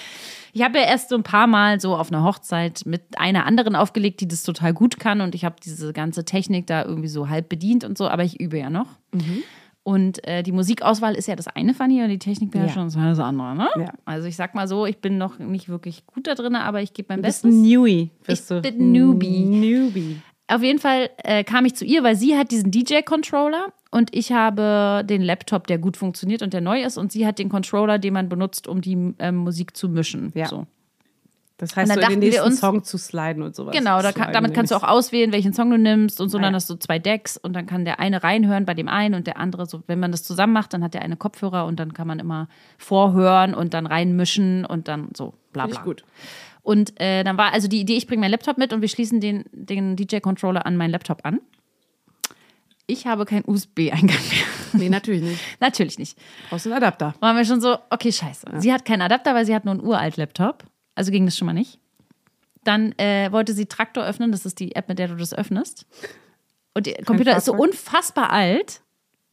Speaker 3: ich habe ja erst so ein paar Mal so auf einer Hochzeit mit einer anderen aufgelegt, die das total gut kann und ich habe diese ganze Technik da irgendwie so halb bedient und so, aber ich übe ja noch.
Speaker 2: Mhm.
Speaker 3: Und äh, die Musikauswahl ist ja das eine, Fanny, und die Technikbeherrschung ist ja das andere, ne?
Speaker 2: Ja.
Speaker 3: Also ich sag mal so, ich bin noch nicht wirklich gut da drin, aber ich gebe
Speaker 2: Du
Speaker 3: mein
Speaker 2: bist
Speaker 3: Bestes.
Speaker 2: ein Newie. Bist
Speaker 3: Ich
Speaker 2: du.
Speaker 3: bin Newbie.
Speaker 2: Newbie.
Speaker 3: Auf jeden Fall äh, kam ich zu ihr, weil sie hat diesen DJ-Controller und ich habe den Laptop, der gut funktioniert und der neu ist. Und sie hat den Controller, den man benutzt, um die ähm, Musik zu mischen.
Speaker 2: Ja.
Speaker 3: So.
Speaker 2: Das
Speaker 3: Und
Speaker 2: heißt,
Speaker 3: dann
Speaker 2: so in den
Speaker 3: dachten wir
Speaker 2: nächsten
Speaker 3: uns-
Speaker 2: Song zu sliden und sowas.
Speaker 3: Genau, da kann,
Speaker 2: Sliden
Speaker 3: damit kannst du
Speaker 2: nämlich.
Speaker 3: auch auswählen, welchen Song du nimmst und so.
Speaker 2: Ah, ja.
Speaker 3: Dann hast du zwei Decks und dann kann der eine reinhören bei dem einen und der andere, so, wenn man das zusammen macht, dann hat der eine Kopfhörer und dann kann man immer vorhören und dann reinmischen und dann so bla
Speaker 2: Finde
Speaker 3: bla.
Speaker 2: ich gut.
Speaker 3: Und äh, dann war also die Idee, ich bringe meinen Laptop mit und wir schließen den, den DJ-Controller an meinen Laptop an. Ich habe keinen USB-Eingang mehr.
Speaker 2: Nee, natürlich nicht.
Speaker 3: Natürlich nicht.
Speaker 2: Brauchst einen Adapter.
Speaker 3: Waren wir schon so, okay, scheiße. Sie hat keinen Adapter, weil sie hat nur einen uralt Laptop. Also ging das schon mal nicht. Dann äh, wollte sie Traktor öffnen, das ist die App, mit der du das öffnest. Und der Computer ist so
Speaker 2: Fahrzeug.
Speaker 3: unfassbar alt,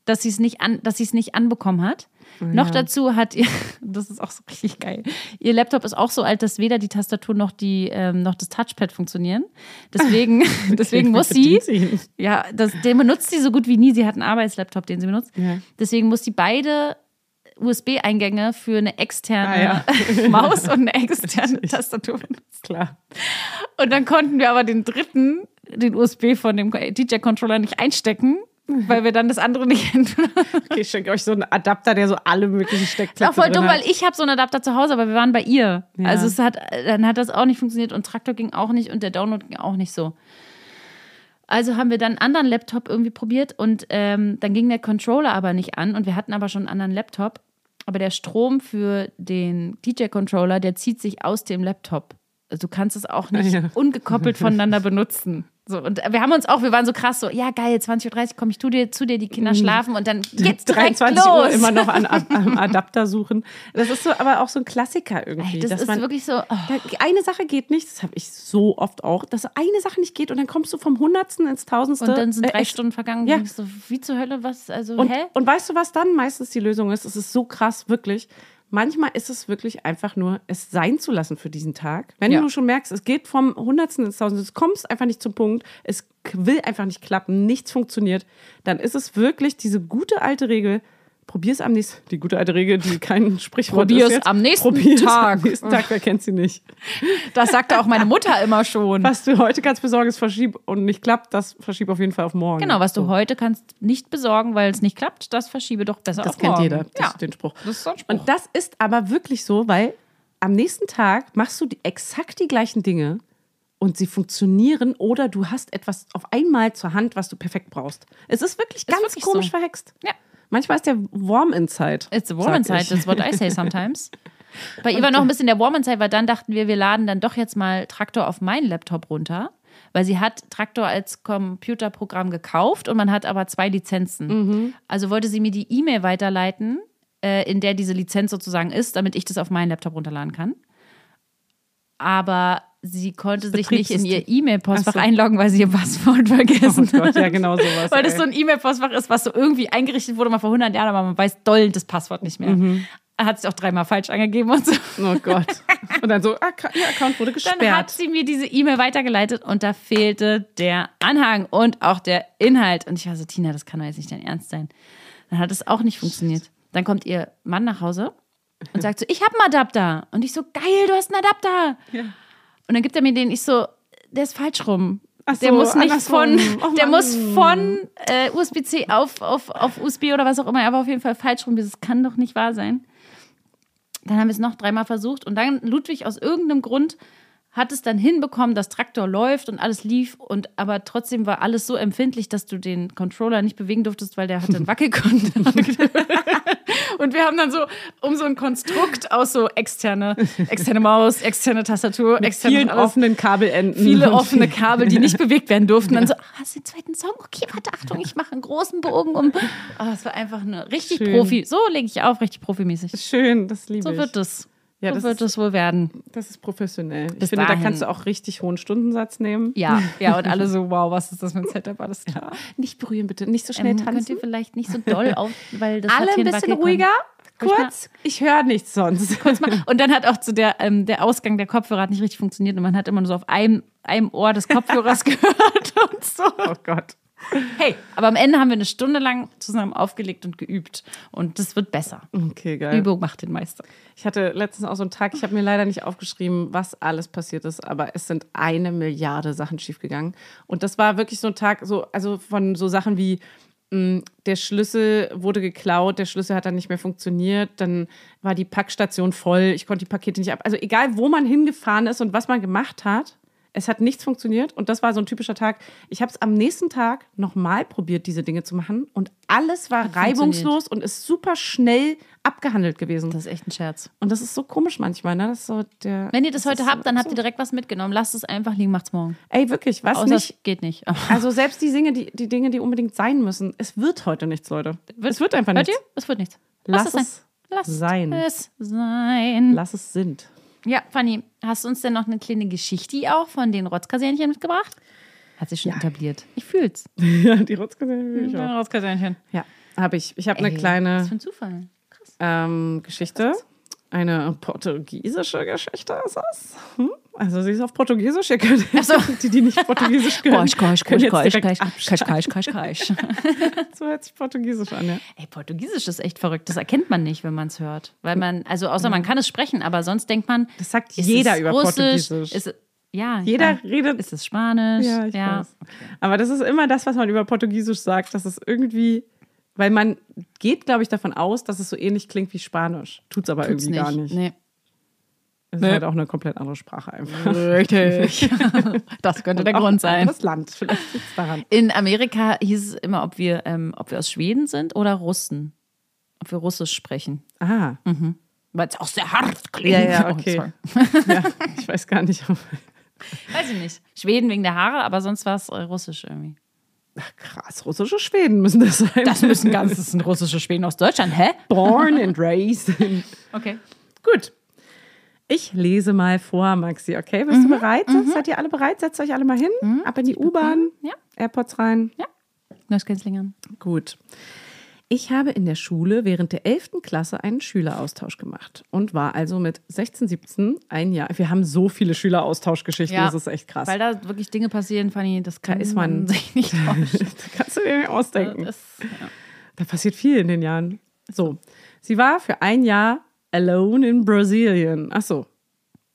Speaker 3: dass sie es nicht an, dass sie es nicht anbekommen hat. Noch dazu hat ihr, das ist auch so richtig geil. Ihr Laptop ist auch so alt, dass weder die Tastatur noch die ähm, noch das Touchpad funktionieren. Deswegen, deswegen muss sie,
Speaker 2: Bedient ihn.
Speaker 3: ja, das, den benutzt sie so gut wie nie. Sie hat einen Arbeitslaptop, den sie benutzt.
Speaker 2: Ja.
Speaker 3: Deswegen muss sie beide USB-Eingänge für eine externe
Speaker 2: Ah,
Speaker 3: Maus und eine externe Tastatur benutzen.
Speaker 2: Klar.
Speaker 3: Und dann konnten wir aber den dritten, den USB von dem DJ-Controller nicht einstecken,
Speaker 2: Mhm.
Speaker 3: weil wir dann das andere nicht hätten.
Speaker 2: Okay, ich schenke euch so einen Adapter, der so alle möglichen Steckplätze
Speaker 3: Auch voll dumm,
Speaker 2: drin
Speaker 3: weil
Speaker 2: hat.
Speaker 3: ich habe so einen Adapter zu Hause, aber wir waren bei ihr.
Speaker 2: Ja.
Speaker 3: Also es hat, dann hat das auch nicht funktioniert und Traktor ging auch nicht und der Download ging auch nicht so. Also haben wir dann einen anderen Laptop irgendwie probiert und ähm, dann ging der Controller aber nicht an und wir hatten aber schon einen anderen Laptop. Aber der Strom für den DJ-Controller, der zieht sich aus dem Laptop. Also du kannst es auch nicht
Speaker 2: Ah, ja.
Speaker 3: ungekoppelt voneinander benutzen. So, und wir haben uns auch, wir waren so krass so, ja geil, 20.30 Uhr komme ich zu dir, zu dir, die Kinder schlafen und dann jetzt direkt
Speaker 2: 23
Speaker 3: los.
Speaker 2: Mhm. Uhr immer noch an, an Adapter suchen. Das ist so, aber auch so ein Klassiker irgendwie.
Speaker 3: Ey, das
Speaker 2: dass
Speaker 3: ist
Speaker 2: man,
Speaker 3: wirklich so, oh.
Speaker 2: Da, eine Sache geht nicht, das habe ich so oft auch, dass eine Sache nicht geht und dann kommst du vom Hundertsten ins Tausendste.
Speaker 3: Und dann sind
Speaker 2: Äh,
Speaker 3: drei
Speaker 2: es-
Speaker 3: Stunden vergangen.
Speaker 2: Ja.
Speaker 3: Ja. So, wie zur Hölle, was? Also,
Speaker 2: Und,
Speaker 3: hä?
Speaker 2: und weißt du, was dann meistens die Lösung ist? Es ist so krass, wirklich. Manchmal ist es wirklich einfach nur, es sein zu lassen für diesen Tag. Wenn
Speaker 3: Ja.
Speaker 2: du schon merkst, es geht vom Hundertsten ins Tausendste, es kommst einfach nicht zum Punkt, es k- will einfach nicht klappen, nichts funktioniert, dann ist es wirklich diese gute alte Regel, probier es am nächsten, die gute alte Regel, die kein Sprichwort
Speaker 3: Probier's
Speaker 2: ist jetzt.
Speaker 3: am nächsten
Speaker 2: probier's
Speaker 3: Tag.
Speaker 2: am nächsten Tag, wer kennt sie nicht.
Speaker 3: Das sagte auch meine Mutter immer schon.
Speaker 2: Was du heute kannst besorgen, ist verschieb und nicht klappt, das verschieb auf jeden Fall auf morgen.
Speaker 3: Genau, was du
Speaker 2: So.
Speaker 3: heute kannst nicht besorgen, weil es nicht klappt, das verschiebe doch besser
Speaker 2: Das
Speaker 3: auf
Speaker 2: kennt
Speaker 3: morgen.
Speaker 2: jeder, das,
Speaker 3: ja.
Speaker 2: den Spruch.
Speaker 3: Das ist so ein Spruch.
Speaker 2: Und das ist aber wirklich so, weil am nächsten Tag machst du die, exakt die gleichen Dinge und und sie funktionieren oder du hast etwas auf einmal zur Hand, was du perfekt brauchst. Es ist wirklich ganz
Speaker 3: wirklich
Speaker 2: komisch
Speaker 3: so.
Speaker 2: verhext.
Speaker 3: Ja.
Speaker 2: Manchmal ist der warm inside.
Speaker 3: It's a woman
Speaker 2: sag
Speaker 3: side,
Speaker 2: ich.
Speaker 3: that's what I say sometimes. Bei ihr war noch ein bisschen der woman side, weil dann dachten wir, wir laden dann doch jetzt mal Traktor auf meinen Laptop runter. Weil sie hat Traktor als Computerprogramm gekauft und man hat aber zwei Lizenzen.
Speaker 2: Mhm.
Speaker 3: Also wollte sie mir die E-Mail weiterleiten, äh, in der diese Lizenz sozusagen ist, damit ich das auf meinen Laptop runterladen kann. Aber sie konnte sich nicht in ihr
Speaker 2: Ach
Speaker 3: E-Mail-Postfach
Speaker 2: so.
Speaker 3: einloggen, weil sie ihr Passwort
Speaker 2: Oh
Speaker 3: vergessen
Speaker 2: Gott,
Speaker 3: hat.
Speaker 2: ja, genau sowas.
Speaker 3: Weil das
Speaker 2: ey.
Speaker 3: so ein E-Mail-Postfach ist, was so irgendwie eingerichtet wurde mal vor 100 Jahren, aber man weiß doll das Passwort nicht mehr.
Speaker 2: Mhm.
Speaker 3: Hat sich auch dreimal falsch angegeben und so.
Speaker 2: Oh Gott. Und dann so, ah, Ka- ihr Account wurde
Speaker 3: Dann
Speaker 2: gesperrt.
Speaker 3: hat sie mir diese E-Mail weitergeleitet und da fehlte der Anhang und auch der Inhalt. Und ich war so, Tina, das kann doch jetzt nicht dein Ernst sein. Dann hat es auch nicht funktioniert. Dann kommt ihr Mann nach Hause und sagt so, ich habe einen Adapter. Und ich so, geil, du hast einen Adapter. Und dann gibt er mir den, ich so, der ist falsch rum.
Speaker 2: Ach
Speaker 3: der
Speaker 2: so,
Speaker 3: muss nicht
Speaker 2: andersrum.
Speaker 3: von,
Speaker 2: Oh
Speaker 3: der
Speaker 2: Mann.
Speaker 3: muss von äh, USB-C auf, auf, auf USB oder was auch immer, aber auf jeden Fall falsch rum. Das kann doch nicht wahr sein. Dann haben wir es noch dreimal versucht und dann Ludwig aus irgendeinem Grund hat es dann hinbekommen, dass Traktor läuft und alles lief und aber trotzdem war alles so empfindlich, dass du den Controller nicht bewegen durftest, weil der hatte einen Wackelkontakt. und wir haben dann so um so ein Konstrukt aus so externe externe Maus, externe Tastatur, externe
Speaker 2: vielen
Speaker 3: alles
Speaker 2: offenen Kabelenden.
Speaker 3: viele
Speaker 2: Und
Speaker 3: offene Kabel, die nicht bewegt werden durften. Dann so, ah, hast du den zweiten Song? Okay, warte, Achtung, ich mache einen großen Bogen um. Ah, es war einfach eine richtig
Speaker 2: Schön.
Speaker 3: Profi. So lege ich auf, richtig profimäßig.
Speaker 2: Schön, das liebe
Speaker 3: So
Speaker 2: ich.
Speaker 3: wird es.
Speaker 2: Ja,
Speaker 3: so
Speaker 2: das
Speaker 3: wird
Speaker 2: ist-
Speaker 3: es wohl werden.
Speaker 2: Das ist professionell.
Speaker 3: Bis
Speaker 2: ich finde,
Speaker 3: dahin.
Speaker 2: da kannst du auch richtig hohen Stundensatz nehmen.
Speaker 3: Ja, ja, und alle so, wow, was ist das mit Setup? Alles klar.
Speaker 2: Nicht berühren bitte, nicht so schnell
Speaker 3: Ähm, könnt
Speaker 2: tanzen.
Speaker 3: ihr vielleicht nicht so doll auf, weil das
Speaker 2: Alle
Speaker 3: hat
Speaker 2: ein
Speaker 3: hier
Speaker 2: bisschen
Speaker 3: Wackelkontakt.
Speaker 2: ruhiger,
Speaker 3: Ruhig
Speaker 2: kurz. Ich höre nichts sonst.
Speaker 3: kurz mal. Und dann hat auch zu der, ähm, der Ausgang der Kopfhörer hat nicht richtig funktioniert und man hat immer nur so auf einem, einem Ohr des Kopfhörers gehört und so.
Speaker 2: Oh Gott.
Speaker 3: Hey, aber am Ende haben wir eine Stunde lang zusammen aufgelegt und geübt und das wird besser.
Speaker 2: Okay, geil.
Speaker 3: Übung macht den Meister.
Speaker 2: Ich hatte letztens auch so einen Tag, ich habe mir leider nicht aufgeschrieben, was alles passiert ist, aber es sind eine Milliarde Sachen schiefgegangen. Und das war wirklich so ein Tag, so, also von so Sachen wie, mh, der Schlüssel wurde geklaut, der Schlüssel hat dann nicht mehr funktioniert, dann war die Packstation voll, ich konnte die Pakete nicht ab. Also egal, wo man hingefahren ist und was man gemacht hat, es hat nichts funktioniert und das war so ein typischer Tag. Ich habe es am nächsten Tag nochmal probiert, diese Dinge zu machen und alles war reibungslos und ist super schnell abgehandelt gewesen.
Speaker 3: Das ist echt ein Scherz.
Speaker 2: Und das ist so komisch manchmal, ne? Das ist so der.
Speaker 3: Wenn ihr das, heute
Speaker 2: ist
Speaker 3: habt, dann habt ihr
Speaker 2: absurd.
Speaker 3: direkt was mitgenommen. Lasst es einfach liegen, macht's morgen.
Speaker 2: Ey, wirklich, was
Speaker 3: Außer
Speaker 2: nicht.
Speaker 3: es geht nicht.
Speaker 2: Also selbst die Dinge die, die Dinge, die unbedingt sein müssen, es wird heute nichts, Leute. es wird einfach
Speaker 3: Hört
Speaker 2: nichts.
Speaker 3: ihr? Es wird nichts.
Speaker 2: Lass
Speaker 3: sein.
Speaker 2: es
Speaker 3: Lasst
Speaker 2: sein.
Speaker 3: es sein.
Speaker 2: Lass es sind.
Speaker 3: Ja, Fanny, hast du uns denn noch eine kleine Geschichte auch von den Rotzkasernchen mitgebracht? Hat sich schon etabliert. Ich fühl's.
Speaker 2: ja, die Rotzgesellen will ich auch.
Speaker 3: Rotzkasernchen.
Speaker 2: Ja, habe ich. Ich habe eine
Speaker 3: Was für
Speaker 2: kleine
Speaker 3: ein Zufall. Krass.
Speaker 2: ähm, Geschichte. Eine portugiesische Geschichte ist das. Hm? Also sie ist auf Portugiesisch. Ihr könnt die, die nicht Portugiesisch können,
Speaker 3: Keusch, keusch,
Speaker 2: können
Speaker 3: keusch,
Speaker 2: jetzt
Speaker 3: keusch,
Speaker 2: direkt
Speaker 3: keusch,
Speaker 2: abschalten.
Speaker 3: keusch, keusch, keusch, keusch.
Speaker 2: So hört sich Portugiesisch an, ja.
Speaker 3: Ey, Portugiesisch ist echt verrückt. Das erkennt man nicht, wenn man es hört. Weil man, also außer man kann es sprechen, aber sonst denkt man,
Speaker 2: Mhm. Das sagt
Speaker 3: ist
Speaker 2: jeder
Speaker 3: es
Speaker 2: über
Speaker 3: Russisch,
Speaker 2: Portugiesisch.
Speaker 3: Ist, es- ja, ich
Speaker 2: Jeder
Speaker 3: weiß.
Speaker 2: redet
Speaker 3: Ist es Spanisch?
Speaker 2: Ja, ich weiß. Aber das ist immer das, was man über Portugiesisch sagt, dass es irgendwie, weil man geht, glaube ich, davon aus, dass es so ähnlich klingt wie Spanisch. Tut's aber
Speaker 3: Tut's
Speaker 2: irgendwie
Speaker 3: nicht.
Speaker 2: gar nicht.
Speaker 3: Nee.
Speaker 2: Es
Speaker 3: Nee.
Speaker 2: ist halt auch eine komplett andere Sprache einfach.
Speaker 3: Richtig. das könnte der
Speaker 2: Auch
Speaker 3: Grund
Speaker 2: ein
Speaker 3: sein.
Speaker 2: anderes Land, vielleicht liegt's daran.
Speaker 3: In Amerika hieß es immer, ob wir, ähm, ob wir aus Schweden sind oder Russen. Ob wir Russisch sprechen.
Speaker 2: Ah,
Speaker 3: Weil es auch sehr hart klingt.
Speaker 2: Ja, ja,
Speaker 3: Oh,
Speaker 2: okay.
Speaker 3: sorry.
Speaker 2: ja, ich weiß gar nicht. ob-
Speaker 3: Weiß ich nicht. Schweden wegen der Haare, aber sonst war es äh, Russisch irgendwie.
Speaker 2: Ach, krass, russische Schweden müssen das sein.
Speaker 3: Das müssen ganz, das sind russische Schweden aus Deutschland, hä?
Speaker 2: Born and raised. in-
Speaker 3: Okay.
Speaker 2: Gut. Ich lese mal vor, Maxi, okay? Bist
Speaker 3: Mhm,
Speaker 2: du bereit? Seid ihr alle bereit? Setzt euch alle mal hin. Ab in die U-Bahn.
Speaker 3: Ja.
Speaker 2: AirPods rein.
Speaker 3: Ja. Neuskänzlingern.
Speaker 2: Gut. Ich habe in der Schule während der 11. Klasse einen Schüleraustausch gemacht und war also mit 16, 17 ein Jahr. Wir haben so viele Schüleraustauschgeschichten, das ist echt krass.
Speaker 3: Weil da wirklich Dinge passieren, Fanny, das kann
Speaker 2: ist man-
Speaker 3: sich nicht vorstellen.
Speaker 2: das kannst du dir nicht ausdenken.
Speaker 3: Das- ja.
Speaker 2: Da passiert viel in den Jahren. So, sie war für ein Jahr alone in Brasilien. Ach so.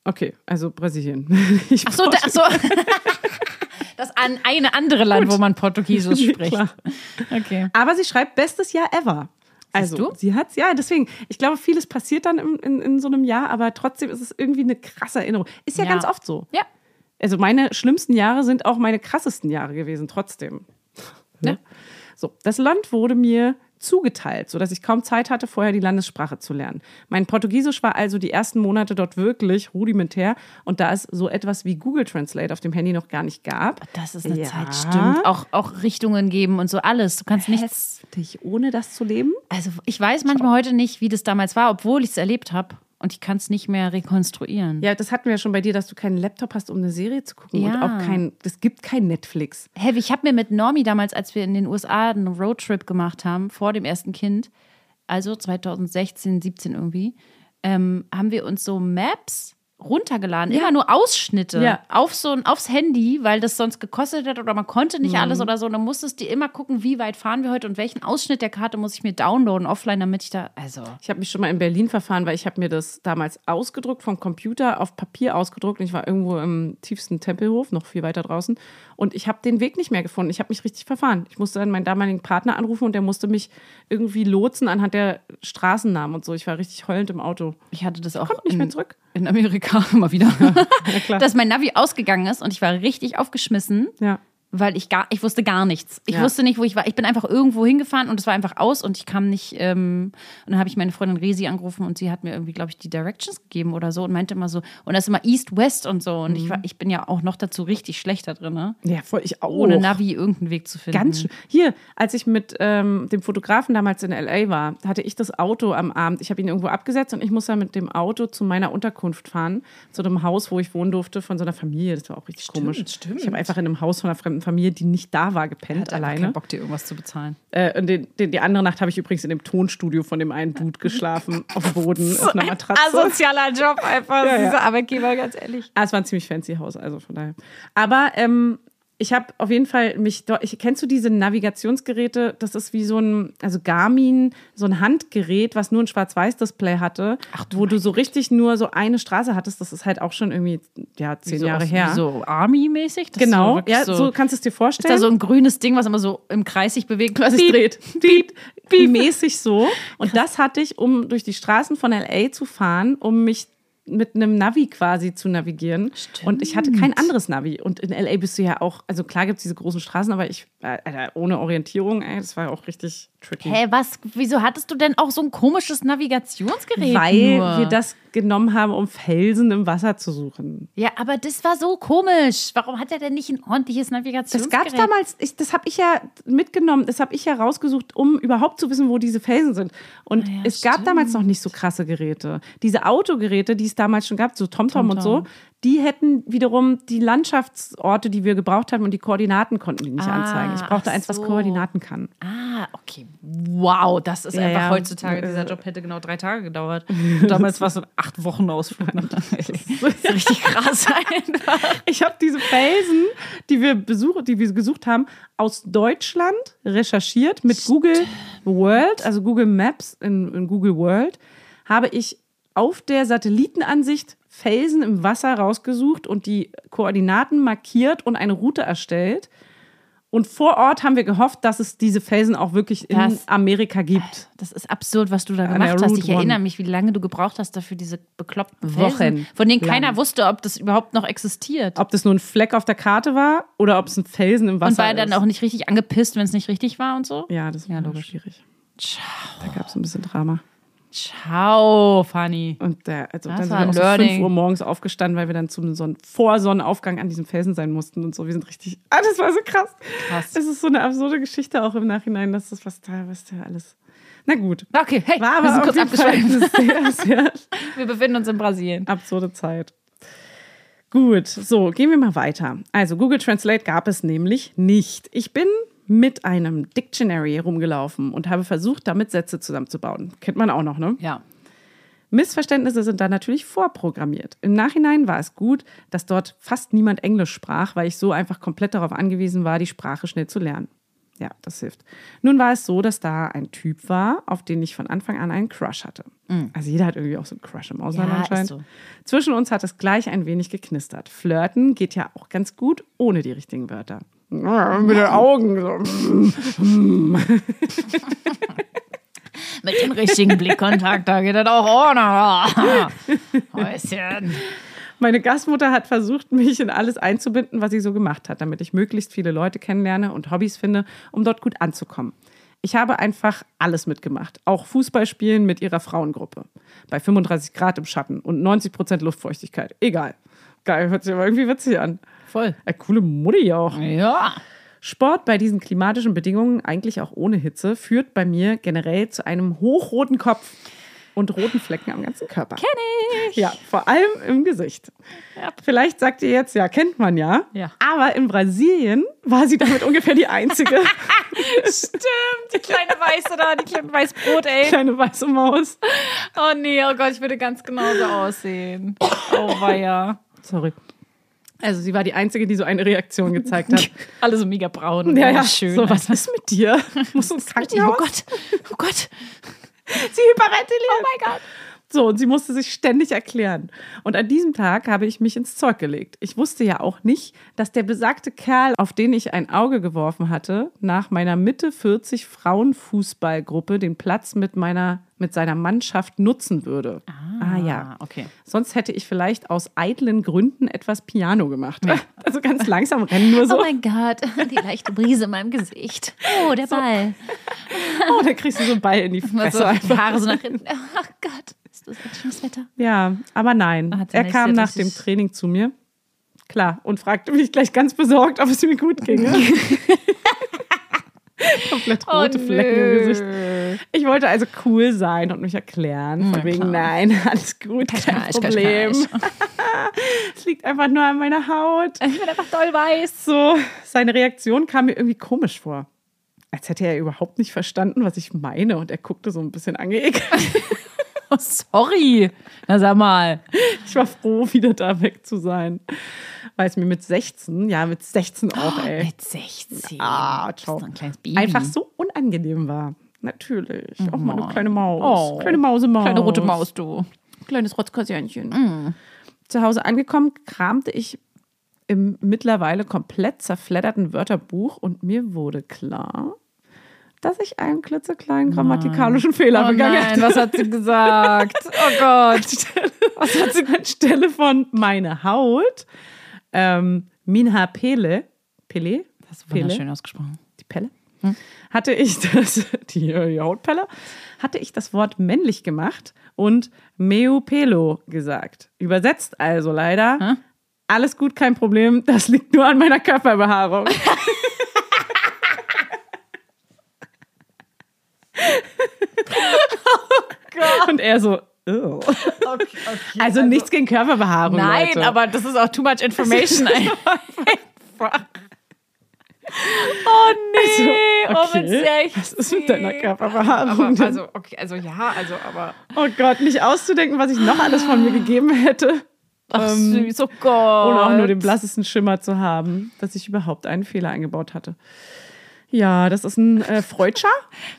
Speaker 2: Okay, also Brasilien. Ich
Speaker 3: Ach so, da, ach so. Das an eine andere Land, wo man Portugiesisch spricht.
Speaker 2: Klar.
Speaker 3: Okay.
Speaker 2: Aber sie schreibt bestes Jahr ever. Also,
Speaker 3: du?
Speaker 2: sie hat's, ja, deswegen, ich glaube, vieles passiert dann im, in, in so einem Jahr, aber trotzdem ist es irgendwie eine krasse Erinnerung. Ist ja,
Speaker 3: Ja.
Speaker 2: ganz oft so.
Speaker 3: Ja.
Speaker 2: also meine schlimmsten Jahre sind auch meine krassesten Jahre gewesen, trotzdem. Ne? So, das Land wurde mir zugeteilt, sodass ich kaum Zeit hatte, vorher die Landessprache zu lernen. Mein Portugiesisch war also die ersten Monate dort wirklich rudimentär und da es so etwas wie Google Translate auf dem Handy noch gar nicht gab,
Speaker 3: Das ist eine
Speaker 2: Ja.
Speaker 3: Zeit, stimmt. Auch, auch Richtungen geben und so alles. Du kannst nichts.
Speaker 2: dich ohne das zu leben.
Speaker 3: Also ich weiß manchmal heute nicht, wie das damals war, obwohl ich es erlebt habe. Und ich kann es nicht mehr rekonstruieren.
Speaker 2: Ja, das hatten wir ja schon bei dir, dass du keinen Laptop hast, um eine Serie zu gucken und
Speaker 3: Ja.
Speaker 2: auch kein, es gibt kein Netflix.
Speaker 3: Hey, ich habe mir mit Normi damals, als wir in den USA einen Roadtrip gemacht haben, vor dem ersten Kind, also 2016, 17 irgendwie, ähm, haben wir uns so Maps runtergeladen, immer nur Ausschnitte
Speaker 2: Ja.
Speaker 3: auf so, ein- aufs Handy, weil das sonst gekostet hat oder man konnte nicht alles oder so. Und dann musstest du immer gucken, wie weit fahren wir heute und welchen Ausschnitt der Karte muss ich mir downloaden offline, damit ich da, also
Speaker 2: Ich habe mich schon mal in Berlin verfahren, weil ich habe mir das damals ausgedruckt vom Computer auf Papier ausgedruckt und ich war irgendwo im tiefsten Tempelhof, noch viel weiter draußen und ich habe den Weg nicht mehr gefunden. Ich habe mich richtig verfahren. Ich musste dann meinen damaligen Partner anrufen und der musste mich irgendwie lotsen anhand der Straßennamen und so. Ich war richtig heulend im Auto.
Speaker 3: ich hatte das auch
Speaker 2: Kommt nicht
Speaker 3: in,
Speaker 2: mehr zurück.
Speaker 3: in Amerika mal wieder,
Speaker 2: klar.
Speaker 3: dass mein Navi ausgegangen ist und ich war richtig aufgeschmissen.
Speaker 2: Ja.
Speaker 3: weil ich gar, ich wusste gar nichts. Ich
Speaker 2: Ja.
Speaker 3: wusste nicht, wo ich war. Ich bin einfach irgendwo hingefahren und es war einfach aus und ich kam nicht. Ähm, und dann habe ich meine Freundin Resi angerufen und sie hat mir irgendwie, glaube ich, die Directions gegeben oder so und meinte immer so und das ist immer East West und so
Speaker 2: Mhm.
Speaker 3: und ich war, ich bin ja auch noch dazu richtig schlecht da drin, ne?
Speaker 2: Ja, voll ich auch.
Speaker 3: ohne Navi irgendeinen Weg zu finden.
Speaker 2: Oh. Ganz schön. Hier, als ich mit ähm, dem Fotografen damals in LA war, hatte ich das Auto am Abend. Ich habe ihn irgendwo abgesetzt und ich muss dann mit dem Auto zu meiner Unterkunft fahren, zu einem Haus, wo ich wohnen durfte, von so einer Familie. Das war auch richtig komisch.
Speaker 3: stimmt.
Speaker 2: Ich habe einfach in einem Haus von einer fremden Familie, die nicht da war, gepennt
Speaker 3: Hat einfach
Speaker 2: alleine.
Speaker 3: keinen Bock dir irgendwas zu bezahlen.
Speaker 2: Äh, und den, den, die andere Nacht habe ich übrigens in dem Tonstudio von dem einen Dude geschlafen, auf dem Boden, auf einer Matratze.
Speaker 3: Asozialer Job einfach,
Speaker 2: ja.
Speaker 3: dieser Arbeitgeber, ganz ehrlich.
Speaker 2: Ah, es war ein ziemlich fancy Haus, also von daher. Aber ähm, ich habe auf jeden Fall mich. dort- Ich, kennst du diese Navigationsgeräte? Das ist wie so ein, also Garmin, so ein Handgerät, was nur ein Schwarz-Weiß-Display hatte, wo du so richtig nur so eine Straße hattest. Das ist halt auch schon irgendwie ja zehn
Speaker 3: so
Speaker 2: Jahre
Speaker 3: aus-
Speaker 2: her.
Speaker 3: wie So Army-mäßig. dass du
Speaker 2: Genau,
Speaker 3: wirklich
Speaker 2: ja, so, kannst du es dir
Speaker 3: Ist da
Speaker 2: vorstellen.
Speaker 3: so ein grünes Ding, was immer so im Kreis sich bewegt,
Speaker 2: was sich
Speaker 3: Piep,
Speaker 2: dreht. Piep, piep. Mäßig so. Und das hatte ich, um durch die Straßen von LA zu fahren, um mich mit einem Navi quasi zu navigieren.
Speaker 3: Stimmt.
Speaker 2: Und ich hatte kein anderes Navi. Und in LA bist du ja auch, also klar gibt es diese großen Straßen, aber ich, äh, Alter, ohne Orientierung, ey, das war auch richtig tricky.
Speaker 3: Hä, was? Wieso hattest du denn auch so ein komisches Navigationsgerät?
Speaker 2: Weil
Speaker 3: nur?
Speaker 2: wir das genommen haben, um Felsen im Wasser zu suchen.
Speaker 3: Ja, aber das war so komisch. Warum hat er denn nicht ein ordentliches
Speaker 2: Das
Speaker 3: Navigationsgerät?
Speaker 2: gab es damals, ich, das habe ich ja mitgenommen, das habe ich ja rausgesucht, um überhaupt zu wissen, wo diese Felsen sind. Und
Speaker 3: Ah ja,
Speaker 2: es gab
Speaker 3: stimmt.
Speaker 2: damals noch nicht so krasse Geräte. Diese Autogeräte, die es damals schon gab, so TomTom und so,
Speaker 3: TomTom.
Speaker 2: die hätten wiederum die Landschaftsorte, die wir gebraucht haben und die Koordinaten konnten die nicht
Speaker 3: Ah,
Speaker 2: anzeigen. Ich brauchte
Speaker 3: ach
Speaker 2: eins, was
Speaker 3: so.
Speaker 2: Koordinaten kann.
Speaker 3: Ah, okay. Wow, das ist
Speaker 2: Ja,
Speaker 3: einfach
Speaker 2: ja.
Speaker 3: heutzutage.
Speaker 2: Äh,
Speaker 3: Dieser Job hätte genau drei Tage gedauert. Und damals war es so ein acht Wochen Ausflug nach Das ist richtig krass einfach.
Speaker 2: Ich habe diese Felsen, die wir besucht, die wir gesucht haben, aus Deutschland recherchiert mit Google World, also Google Maps in, in Google World, habe ich auf der Satellitenansicht Felsen im Wasser rausgesucht und die Koordinaten markiert und eine Route erstellt. Und vor Ort haben wir gehofft, dass es diese Felsen auch wirklich in
Speaker 3: Das-
Speaker 2: Amerika gibt.
Speaker 3: Das ist absurd, was du da
Speaker 2: An der
Speaker 3: gemacht hast.
Speaker 2: Route
Speaker 3: Ich
Speaker 2: One.
Speaker 3: erinnere mich, wie lange du gebraucht hast dafür diese bekloppten
Speaker 2: Wochen
Speaker 3: Felsen, von denen
Speaker 2: lang.
Speaker 3: keiner wusste, ob das überhaupt noch existiert.
Speaker 2: Ob das nur ein Fleck auf der Karte war oder ob es ein Felsen im Wasser
Speaker 3: und war er dann
Speaker 2: ist.
Speaker 3: auch nicht richtig angepisst, wenn es nicht richtig war und so?
Speaker 2: ja, das war
Speaker 3: logisch.
Speaker 2: schwierig.
Speaker 3: Ciao.
Speaker 2: Da gab es ein bisschen Drama.
Speaker 3: Ciao, Fanny.
Speaker 2: Und der, also dann
Speaker 3: Das
Speaker 2: sind
Speaker 3: war
Speaker 2: wir
Speaker 3: ein
Speaker 2: auch so
Speaker 3: Learning.
Speaker 2: 5 Uhr morgens aufgestanden, weil wir dann zum Sonn vor Sonnenaufgang an diesem Felsen sein mussten und so. Wir sind richtig. Ah, das war so krass.
Speaker 3: Krass.
Speaker 2: Es ist so eine absurde Geschichte auch im Nachhinein, dass das was da, was da alles. Na gut.
Speaker 3: Okay, hey,
Speaker 2: War aber
Speaker 3: wir sind
Speaker 2: auf
Speaker 3: kurz
Speaker 2: jeden Fall
Speaker 3: abgeschweift.
Speaker 2: eine sehr, sehr
Speaker 3: Wir befinden uns in Brasilien.
Speaker 2: absurde Zeit. Gut, so gehen wir mal weiter. Also Google Translate gab es nämlich nicht. Ich bin mit einem Dictionary rumgelaufen und habe versucht, damit Sätze zusammenzubauen. Kennt man auch noch, ne?
Speaker 3: Ja.
Speaker 2: Missverständnisse sind da natürlich vorprogrammiert. Im Nachhinein war es gut, dass dort fast niemand Englisch sprach, weil ich so einfach komplett darauf angewiesen war, die Sprache schnell zu lernen. Ja, das hilft. Nun war es so, dass da ein Typ war, auf den ich von Anfang an einen Crush hatte. Also jeder hat irgendwie auch so einen Crush im Ausland
Speaker 3: Mhm. Ja, ist
Speaker 2: anscheinend.
Speaker 3: so.
Speaker 2: Zwischen uns hat es gleich ein wenig geknistert. Flirten geht ja auch ganz gut ohne die richtigen Wörter. Mit den Augen. So.
Speaker 3: Mit dem richtigen Blickkontakt, da geht das auch ohne. Häuschen.
Speaker 2: Meine Gastmutter hat versucht, mich in alles einzubinden, was sie so gemacht hat, damit ich möglichst viele Leute kennenlerne und Hobbys finde, um dort gut anzukommen. Ich habe einfach alles mitgemacht, auch Fußballspielen mit ihrer Frauengruppe. Bei 35 Grad im Schatten und 90 Prozent Luftfeuchtigkeit. Egal. Geil, hört sich aber irgendwie witzig an.
Speaker 3: Voll.
Speaker 2: Eine coole Mutti auch.
Speaker 3: Ja.
Speaker 2: Sport bei diesen klimatischen Bedingungen, eigentlich auch ohne Hitze, führt bei mir generell zu einem hochroten Kopf und roten Flecken am ganzen Körper. Kenn ich! Ja, vor allem im Gesicht. Vielleicht sagt ihr jetzt, ja, kennt man ja.
Speaker 3: Ja.
Speaker 2: Aber in Brasilien war sie damit ungefähr die einzige
Speaker 3: Stimmt, die kleine Weiße da, die kleine Weißbrot, ey.
Speaker 2: kleine weiße Maus.
Speaker 3: Oh nee, oh Gott, ich würde ganz genauso aussehen. Oh weia.
Speaker 2: Sorry. Also sie war die einzige, die so eine Reaktion gezeigt hat.
Speaker 3: Alle so mega braun und
Speaker 2: Ja, ja,
Speaker 3: schön.
Speaker 2: So, was ist mit dir? Muss ins
Speaker 3: oh
Speaker 2: Krankenhaus?
Speaker 3: Gott, oh Gott.
Speaker 2: Sie hyperventiliert. Oh mein Gott. So, und sie musste sich ständig erklären. Und an diesem Tag habe ich mich ins Zeug gelegt. Ich wusste ja auch nicht, dass der besagte Kerl, auf den ich ein Auge geworfen hatte, nach meiner Mitte 40 Frauenfußballgruppe den Platz mit meiner mit seiner Mannschaft nutzen würde. Ah, ja.
Speaker 3: okay.
Speaker 2: Sonst hätte ich vielleicht aus eitlen Gründen etwas Piano gemacht. Also ganz langsam rennen nur so.
Speaker 1: Oh mein Gott, die leichte Brise in meinem Gesicht. Oh, der Ball.
Speaker 2: Oh, da kriegst du so einen Ball in die
Speaker 3: Mal
Speaker 2: Fresse.
Speaker 3: so die
Speaker 2: einfach.
Speaker 3: Haare so nach hinten. Oh
Speaker 1: Ach Gott, ist das ein schönes Wetter.
Speaker 2: Ja, aber nein.
Speaker 3: Hat sie
Speaker 2: er
Speaker 3: nicht
Speaker 2: kam
Speaker 3: sehr
Speaker 2: nach dem
Speaker 3: richtig-
Speaker 2: Training zu mir. Klar, und fragte mich gleich ganz besorgt, ob es mir gut ginge. Komplett
Speaker 3: Oh,
Speaker 2: rote Flecken im Gesicht. Ich wollte also cool sein und mich erklären. Von wegen, nein, alles gut, kein
Speaker 3: Knatsch, knatsch,
Speaker 2: Problem. Es liegt einfach nur an meiner Haut.
Speaker 3: Ich bin einfach doll weiß.
Speaker 2: So, seine Reaktion kam mir irgendwie komisch vor. Als hätte er überhaupt nicht verstanden, was ich meine. Und er guckte so ein bisschen angeekelt.
Speaker 3: Oh, sorry. Na sag mal.
Speaker 2: Ich war froh, wieder da weg zu sein. Weil es mir mit 16, ja, mit 16 auch, ey.
Speaker 3: Oh, Mit 16.
Speaker 2: Ah, ciao.
Speaker 3: Das ist doch ein kleines Baby.
Speaker 2: Einfach so unangenehm war. Natürlich. Oh Mann, du kleine Maus.
Speaker 3: Oh.
Speaker 2: Kleine Mausemaus.
Speaker 3: Kleine rote Maus, du.
Speaker 2: Kleines Rotzkasernchen. Mm. Zu Hause angekommen, kramte ich im mittlerweile komplett zerfledderten Wörterbuch und mir wurde klar, dass ich einen klitzekleinen grammatikalischen Fehler
Speaker 3: Oh
Speaker 2: begangen
Speaker 3: nein,
Speaker 2: hatte.
Speaker 3: was hat sie gesagt? Oh Gott.
Speaker 2: Was hat sie anstelle von meine Haut? Ähm, Minha Pele. Pele?
Speaker 3: Hast du wunderschön ausgesprochen.
Speaker 2: Die Pelle?
Speaker 3: Hm.
Speaker 2: Hatte ich das, die, die Hautpelle, hatte ich das Wort männlich gemacht und Meopelo gesagt. Übersetzt also leider, alles gut, kein Problem, das liegt nur an meiner Körperbehaarung. Und er so, "Ew." also nichts gegen Körperbehaarung. Leute.
Speaker 3: das ist auch too much information.
Speaker 2: Oh
Speaker 3: Also, nee, oh, wenn's echt
Speaker 2: Was ist mit deiner Körperbehaarung?
Speaker 3: aber,
Speaker 2: denn?
Speaker 3: also, okay, also ja, also aber.
Speaker 2: oh Gott, nicht auszudenken, was ich noch alles von mir gegeben hätte.
Speaker 3: Ach
Speaker 2: Ähm,
Speaker 3: süß, oh Gott.
Speaker 2: Ohne auch nur den blassesten Schimmer zu haben, dass ich überhaupt einen Fehler eingebaut hatte. Ja, das ist ein äh, Freudscher.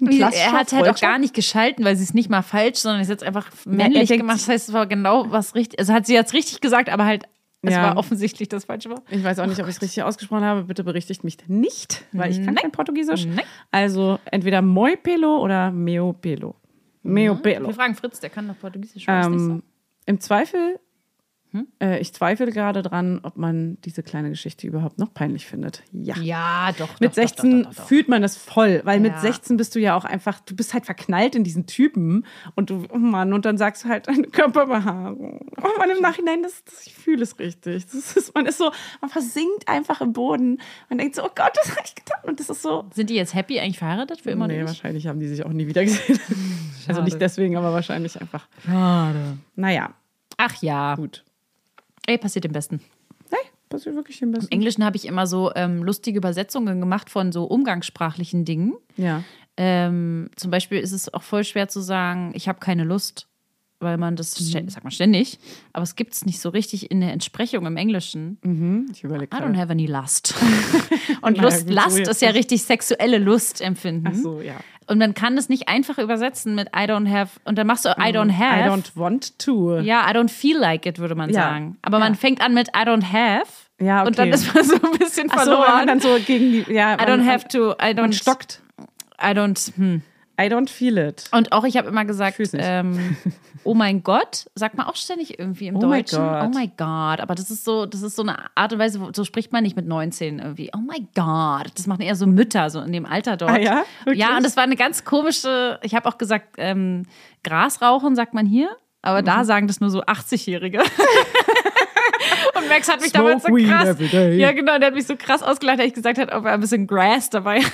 Speaker 2: Ein
Speaker 3: Wie,
Speaker 2: klassischer
Speaker 3: er hat halt auch
Speaker 2: Freudscher.
Speaker 3: gar nicht geschalten, weil sie es nicht mal falsch, sondern es jetzt einfach männlich
Speaker 2: denkt
Speaker 3: gemacht.
Speaker 2: sich-
Speaker 3: Das heißt, es war genau was richtig. Also hat sie jetzt richtig gesagt, aber halt, es
Speaker 2: Ja.
Speaker 3: war offensichtlich das Falsche war.
Speaker 2: Ich weiß auch
Speaker 3: Oh
Speaker 2: nicht, ob ich es richtig ausgesprochen habe. Bitte berichtigt mich nicht, weil ich kann
Speaker 3: Mhm. Nein.
Speaker 2: kein Portugiesisch.
Speaker 3: Nein.
Speaker 2: Also entweder Moipelo oder Meopelo. Meopelo.
Speaker 3: Wir fragen Fritz, der kann doch Portugiesisch. weiß Mhm. nicht so.
Speaker 2: Ähm,
Speaker 3: Hm?
Speaker 2: Im Zweifel, äh, ich zweifle gerade dran, ob man diese kleine Geschichte überhaupt noch peinlich findet. Ja.
Speaker 3: Ja, doch.
Speaker 2: Mit
Speaker 3: doch,
Speaker 2: 16
Speaker 3: doch, doch, doch, doch.
Speaker 2: fühlt man das voll, weil mit
Speaker 3: Ja.
Speaker 2: 16 bist du ja auch einfach, du bist halt verknallt in diesen Typen und du, oh Mann, und dann sagst du halt deine Körperbehaarung. Oh Mann, im Nachhinein, das, das, ich fühle es richtig. Das ist, man ist so, man versinkt einfach im Boden. Man denkt so, oh Gott, das habe ich getan. Und das ist so.
Speaker 3: Sind die jetzt happy eigentlich verheiratet für immer?
Speaker 2: nee,
Speaker 3: oder nicht?
Speaker 2: wahrscheinlich haben die sich auch nie wieder gesehen. Also nicht deswegen, aber wahrscheinlich einfach. Naja,
Speaker 3: Ach ja.
Speaker 2: gut.
Speaker 3: Ey, passiert im Besten.
Speaker 2: Hey, passiert wirklich den besten.
Speaker 3: Im Englischen habe ich immer so ähm, lustige Übersetzungen gemacht von so umgangssprachlichen Dingen.
Speaker 2: Ja.
Speaker 3: Ähm, zum Beispiel ist es auch voll schwer zu sagen, ich habe keine Lust, weil man das,
Speaker 2: Mhm.
Speaker 3: stä- sagt man ständig, aber es gibt es nicht so richtig in der Entsprechung im Englischen.
Speaker 2: Mhm. Ich überlege
Speaker 3: I don't have any lust. Und
Speaker 2: Naja,
Speaker 3: Lust,
Speaker 2: gut, so
Speaker 3: Last
Speaker 2: jetzt
Speaker 3: ist ja
Speaker 2: nicht.
Speaker 3: richtig sexuelle Lust empfinden.
Speaker 2: Ach so, ja.
Speaker 3: Und man kann es nicht einfach übersetzen mit I don't have und dann machst du I don't
Speaker 2: Mhm. I
Speaker 3: have.
Speaker 2: don't want to.
Speaker 3: ja, I don't feel like it, würde man
Speaker 2: Ja.
Speaker 3: sagen. Aber man fängt an mit I don't have
Speaker 2: Ja, okay.
Speaker 3: und dann ist man so ein bisschen
Speaker 2: Ach so, weil
Speaker 3: verloren.
Speaker 2: man dann so gegen die. Ja,
Speaker 3: I don't have to, I don't
Speaker 2: stockt.
Speaker 3: I don't, hm.
Speaker 2: I I don't feel it.
Speaker 3: Und auch ich habe immer gesagt,
Speaker 2: Fühl's nicht.
Speaker 3: ähm, oh mein Gott, sagt man auch ständig irgendwie im
Speaker 2: Oh mein
Speaker 3: Deutschen.
Speaker 2: Gott.
Speaker 3: Oh mein Gott. Aber das ist so, das ist so eine Art und Weise, wo- so spricht man nicht mit 19 irgendwie. Oh mein Gott. Das machen eher so Mütter, so in dem Alter dort.
Speaker 2: Ah ja? Wirklich?
Speaker 3: ja, und das war eine ganz komische, ich habe auch gesagt, ähm, Gras rauchen sagt man hier, aber
Speaker 2: Mhm.
Speaker 3: da sagen das nur so 80-Jährige. Und Max hat mich
Speaker 2: Smoke
Speaker 3: damals so
Speaker 2: weed
Speaker 3: krass.
Speaker 2: every day.
Speaker 3: Ja, genau, der hat mich so krass ausgelacht, dass ich gesagt habe, ob er ein bisschen Grass dabei hat.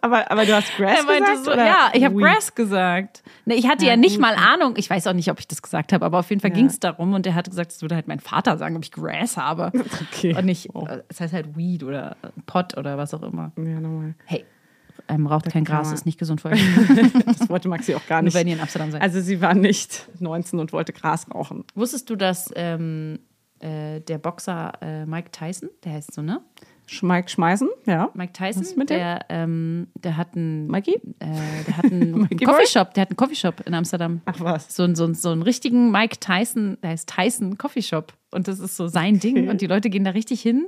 Speaker 2: Aber, aber du hast Grass
Speaker 3: Er meinte
Speaker 2: gesagt?
Speaker 3: so,
Speaker 2: oder?
Speaker 3: ja, ich habe
Speaker 2: Weed?
Speaker 3: Grass gesagt. Nee, ich hatte ja, nicht mal Ahnung. Ich weiß auch nicht, ob ich das gesagt habe, aber auf jeden Fall
Speaker 2: Ja.
Speaker 3: ging es darum und er hatte gesagt, es würde halt mein Vater sagen, ob ich Grass habe.
Speaker 2: Okay. Oh.
Speaker 3: Und nicht, äh, es heißt halt Weed oder Pot oder was auch immer.
Speaker 2: Ja, nochmal.
Speaker 3: Hey, ähm, raucht kein Gras,
Speaker 2: man-
Speaker 3: ist nicht gesund für euch.
Speaker 2: Das wollte Maxi auch gar
Speaker 3: Nur
Speaker 2: nicht.
Speaker 3: wenn ihr in Amsterdam seid.
Speaker 2: Also sie war nicht 19 und wollte Gras rauchen.
Speaker 3: Wusstest du, dass ähm, äh, der Boxer äh, Mike Tyson, der heißt so, ne?
Speaker 2: Schmeik schmeißen, ja.
Speaker 3: Mike Tyson,
Speaker 2: Was ist mit dem?
Speaker 3: der, ähm, der hat einen,
Speaker 2: Mikey?
Speaker 3: äh, der hat einen
Speaker 2: Mikey Boy?
Speaker 3: Coffeeshop, der hat einen Coffeeshop in Amsterdam.
Speaker 2: Ach was.
Speaker 3: So, einen- so, einen- so einen richtigen Mike Tyson, der heißt Tyson Coffeeshop. Und das ist so sein Ding. Und die Leute gehen da richtig hin,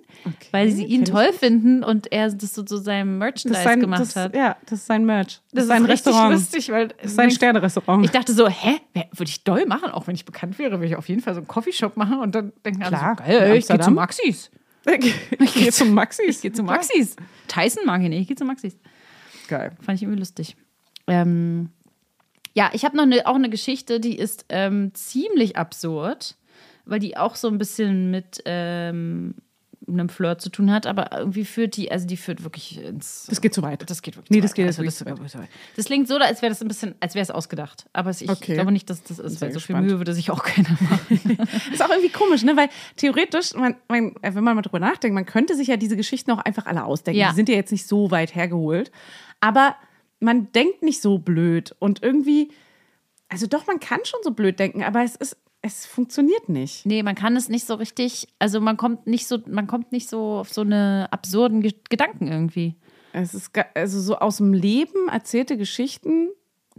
Speaker 3: weil sie
Speaker 2: kenn
Speaker 3: ihn
Speaker 2: ich
Speaker 3: toll finden und er das so zu seinem Merchandise
Speaker 2: ist sein,
Speaker 3: gemacht
Speaker 2: das,
Speaker 3: hat.
Speaker 2: Ja, das ist sein Merch. Das, ist sein
Speaker 3: richtig
Speaker 2: Restaurant.
Speaker 3: lustig, weil
Speaker 2: Das ist sein Sternerestaurant.
Speaker 3: ich dachte so, hä, wer- würde ich doll machen, auch wenn ich bekannt wäre, würde ich auf jeden Fall so einen Coffeeshop machen und dann denken
Speaker 2: Klar,
Speaker 3: alle so, geil,
Speaker 2: in
Speaker 3: ich gehe zu
Speaker 2: Amsterdam.
Speaker 3: Maxis.
Speaker 2: ich gehe zum Maxis.
Speaker 3: Ich gehe zu Maxis. Tyson mag ich nicht, ich gehe zu Maxis.
Speaker 2: Geil.
Speaker 3: Fand ich irgendwie lustig. Ähm, ja, ich habe noch ne, auch eine Geschichte, die ist ähm, ziemlich absurd, weil die auch so ein bisschen mit ähm, einem Flirt zu tun hat, aber irgendwie führt die, also die führt wirklich ins.
Speaker 2: Das geht zu weit.
Speaker 3: Das geht wirklich.
Speaker 2: Nee,
Speaker 3: zu
Speaker 2: das
Speaker 3: weit.
Speaker 2: geht
Speaker 3: also,
Speaker 2: jetzt
Speaker 3: das, das klingt so, als wäre das ein bisschen, als wäre es ausgedacht. Aber es- ich
Speaker 2: Okay.
Speaker 3: glaube nicht, dass das ist,
Speaker 2: Sehr
Speaker 3: weil so viel
Speaker 2: gespannt.
Speaker 3: Mühe würde sich auch keiner machen.
Speaker 2: Ist auch irgendwie komisch, ne? Weil theoretisch, man, man, äh, wenn man mal drüber nachdenkt, man könnte sich ja diese Geschichten auch einfach alle ausdenken.
Speaker 3: Ja.
Speaker 2: Die sind ja jetzt nicht so weit hergeholt. Aber man denkt nicht so blöd. Und irgendwie, also doch, man kann schon so blöd denken, aber es ist, es funktioniert nicht.
Speaker 3: Nee, man kann es nicht so richtig, also man kommt nicht so, man kommt nicht so auf so eine absurden Ge Gedanken irgendwie.
Speaker 2: Es ist ga- also so aus dem Leben erzählte Geschichten.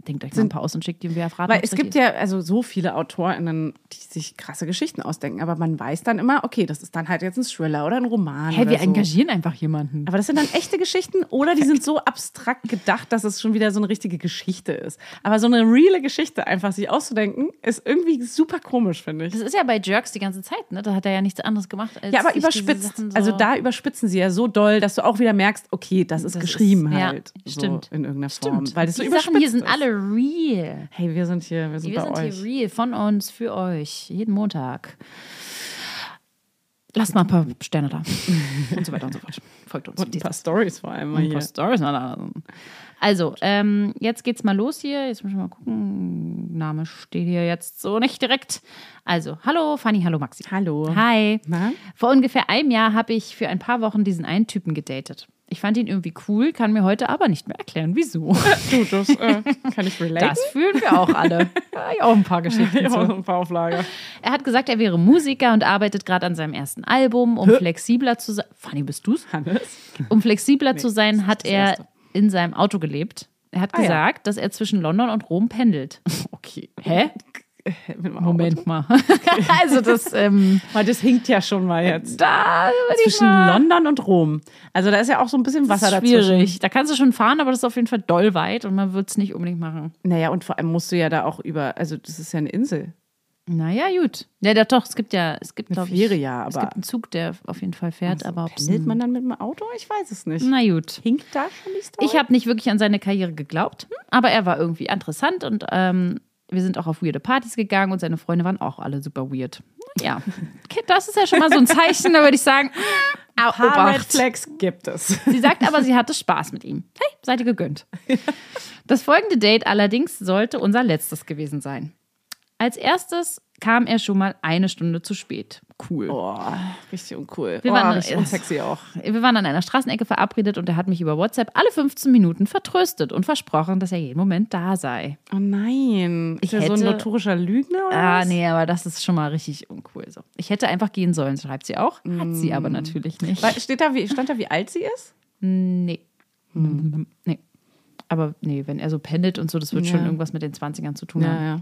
Speaker 3: Denkt euch mal ein paar aus und schickt die und wir erfragen.
Speaker 2: Weil es
Speaker 3: ob's richtig
Speaker 2: gibt ja also so viele AutorInnen, die sich krasse Geschichten ausdenken, aber man weiß dann immer, okay, das ist dann halt jetzt ein Thriller oder ein Roman.
Speaker 3: Hey,
Speaker 2: oder
Speaker 3: wir
Speaker 2: so.
Speaker 3: engagieren einfach jemanden.
Speaker 2: Aber das sind dann echte Geschichten oder die sind so abstrakt gedacht, dass es schon wieder so eine richtige Geschichte ist. Aber so eine reale Geschichte einfach sich auszudenken, ist irgendwie super komisch, finde ich.
Speaker 3: Das ist ja bei Jerks die ganze Zeit, ne? Da hat er ja nichts anderes gemacht als.
Speaker 2: Ja, aber
Speaker 3: sich diese
Speaker 2: überspitzt.
Speaker 3: Sachen so-
Speaker 2: Also da überspitzen sie ja so doll, dass du auch wieder merkst, okay, das ist
Speaker 3: Das
Speaker 2: geschrieben
Speaker 3: ist- ja,
Speaker 2: halt. so
Speaker 3: stimmt.
Speaker 2: In irgendeiner Form.
Speaker 3: Stimmt.
Speaker 2: Weil das so
Speaker 3: die
Speaker 2: überspitzt
Speaker 3: Sachen hier sind
Speaker 2: ist.
Speaker 3: alle real.
Speaker 2: Hey, wir sind hier, wir sind
Speaker 3: Wir
Speaker 2: bei
Speaker 3: sind
Speaker 2: euch.
Speaker 3: hier real von uns, für euch, jeden Montag. Lasst mal ein paar Sterne da. und so weiter und so fort. Folgt uns.
Speaker 2: Und ein paar Stories vor allem mal
Speaker 3: Ein
Speaker 2: hier.
Speaker 3: paar Storys mal da. Also, ähm, jetzt geht's mal los hier. Jetzt müssen wir mal gucken. Name steht hier jetzt so nicht direkt. Also, hallo Fanny, hallo Maxi.
Speaker 2: Hallo.
Speaker 3: Hi.
Speaker 2: Na?
Speaker 3: Vor ungefähr einem Jahr habe ich für ein paar Wochen diesen einen Typen gedatet. Ich fand ihn irgendwie cool, kann mir heute aber nicht mehr erklären, wieso.
Speaker 2: Du, das äh, kann ich relaten.
Speaker 3: Das fühlen wir auch alle. Ja, ich auch ein paar Geschichten.
Speaker 2: Ich
Speaker 3: Zu.
Speaker 2: habe ein paar Auflager.
Speaker 3: Er hat gesagt, er wäre Musiker und arbeitet gerade an seinem ersten Album, um flexibler zu sein. Fanny, bist du's?
Speaker 2: Hannes?
Speaker 3: Um flexibler zu
Speaker 2: das
Speaker 3: sein,
Speaker 2: ist
Speaker 3: hat
Speaker 2: das
Speaker 3: er
Speaker 2: Erste. Ah,
Speaker 3: in seinem Auto gelebt. Er hat
Speaker 2: ja.
Speaker 3: gesagt, dass er zwischen London und Rom pendelt.
Speaker 2: Okay. Äh,
Speaker 3: Hä?
Speaker 2: Mit dem Auto.
Speaker 3: Moment mal. also das, ähm,
Speaker 2: Weil das hinkt ja schon mal
Speaker 3: Äh,
Speaker 2: jetzt.
Speaker 3: da würde ich
Speaker 2: zwischen
Speaker 3: mal
Speaker 2: London und Rom. Also da ist ja auch so ein bisschen
Speaker 3: Das
Speaker 2: Wasser
Speaker 3: ist
Speaker 2: dazwischen.
Speaker 3: schwierig. Da kannst du schon fahren, aber das ist auf jeden Fall doll weit und man wird es nicht unbedingt machen.
Speaker 2: Naja, und vor allem musst du ja da auch über, also das ist ja eine Insel.
Speaker 3: Naja, gut. Ja, da- doch, es gibt ja, es gibt,
Speaker 2: Eine
Speaker 3: glaube ich,
Speaker 2: Fähre ja, aber-
Speaker 3: es
Speaker 2: Also
Speaker 3: gibt einen Zug, der auf jeden Fall fährt, aber ob's
Speaker 2: Pendelt man dann mit dem Auto? Ich weiß es nicht.
Speaker 3: Na gut.
Speaker 2: Hinkt da schon die Story?
Speaker 3: Ich habe nicht wirklich an seine Karriere geglaubt, hm, aber er war irgendwie interessant und ähm, wir sind auch auf weirde Partys gegangen und seine Freunde waren auch alle super weird. Ja, Okay, das ist ja schon mal so ein Zeichen, da würde ich sagen, hm, au,
Speaker 2: Paar Red
Speaker 3: Obacht.
Speaker 2: Flags gibt es.
Speaker 3: Sie sagt aber, sie hatte Spaß mit ihm. Hey, seid ihr gegönnt. Das folgende Date allerdings sollte unser letztes gewesen sein. Als erstes kam er schon mal eine Stunde zu spät. Cool.
Speaker 2: Boah, richtig uncool.
Speaker 3: Oh, Wir
Speaker 2: oh,
Speaker 3: waren-
Speaker 2: richtig unsexy auch.
Speaker 3: Wir waren an einer Straßenecke verabredet und er hat mich über WhatsApp alle 15 Minuten vertröstet und versprochen, dass er jeden Moment da sei.
Speaker 2: Oh nein. Ist
Speaker 3: Ich
Speaker 2: er so ein
Speaker 3: hätte-
Speaker 2: notorischer Lügner oder
Speaker 3: Ah,
Speaker 2: was?
Speaker 3: nee, aber das ist schon mal richtig uncool. So. Ich hätte einfach gehen sollen, schreibt sie auch. Hat sie aber natürlich nicht.
Speaker 2: Mm. Weil Steht da, wie, stand da, wie alt sie ist?
Speaker 3: Nee. Nee. Aber nee, wenn er so pendelt und so, das wird
Speaker 2: Ja.
Speaker 3: schon irgendwas mit den 20ern zu tun haben.
Speaker 2: ja.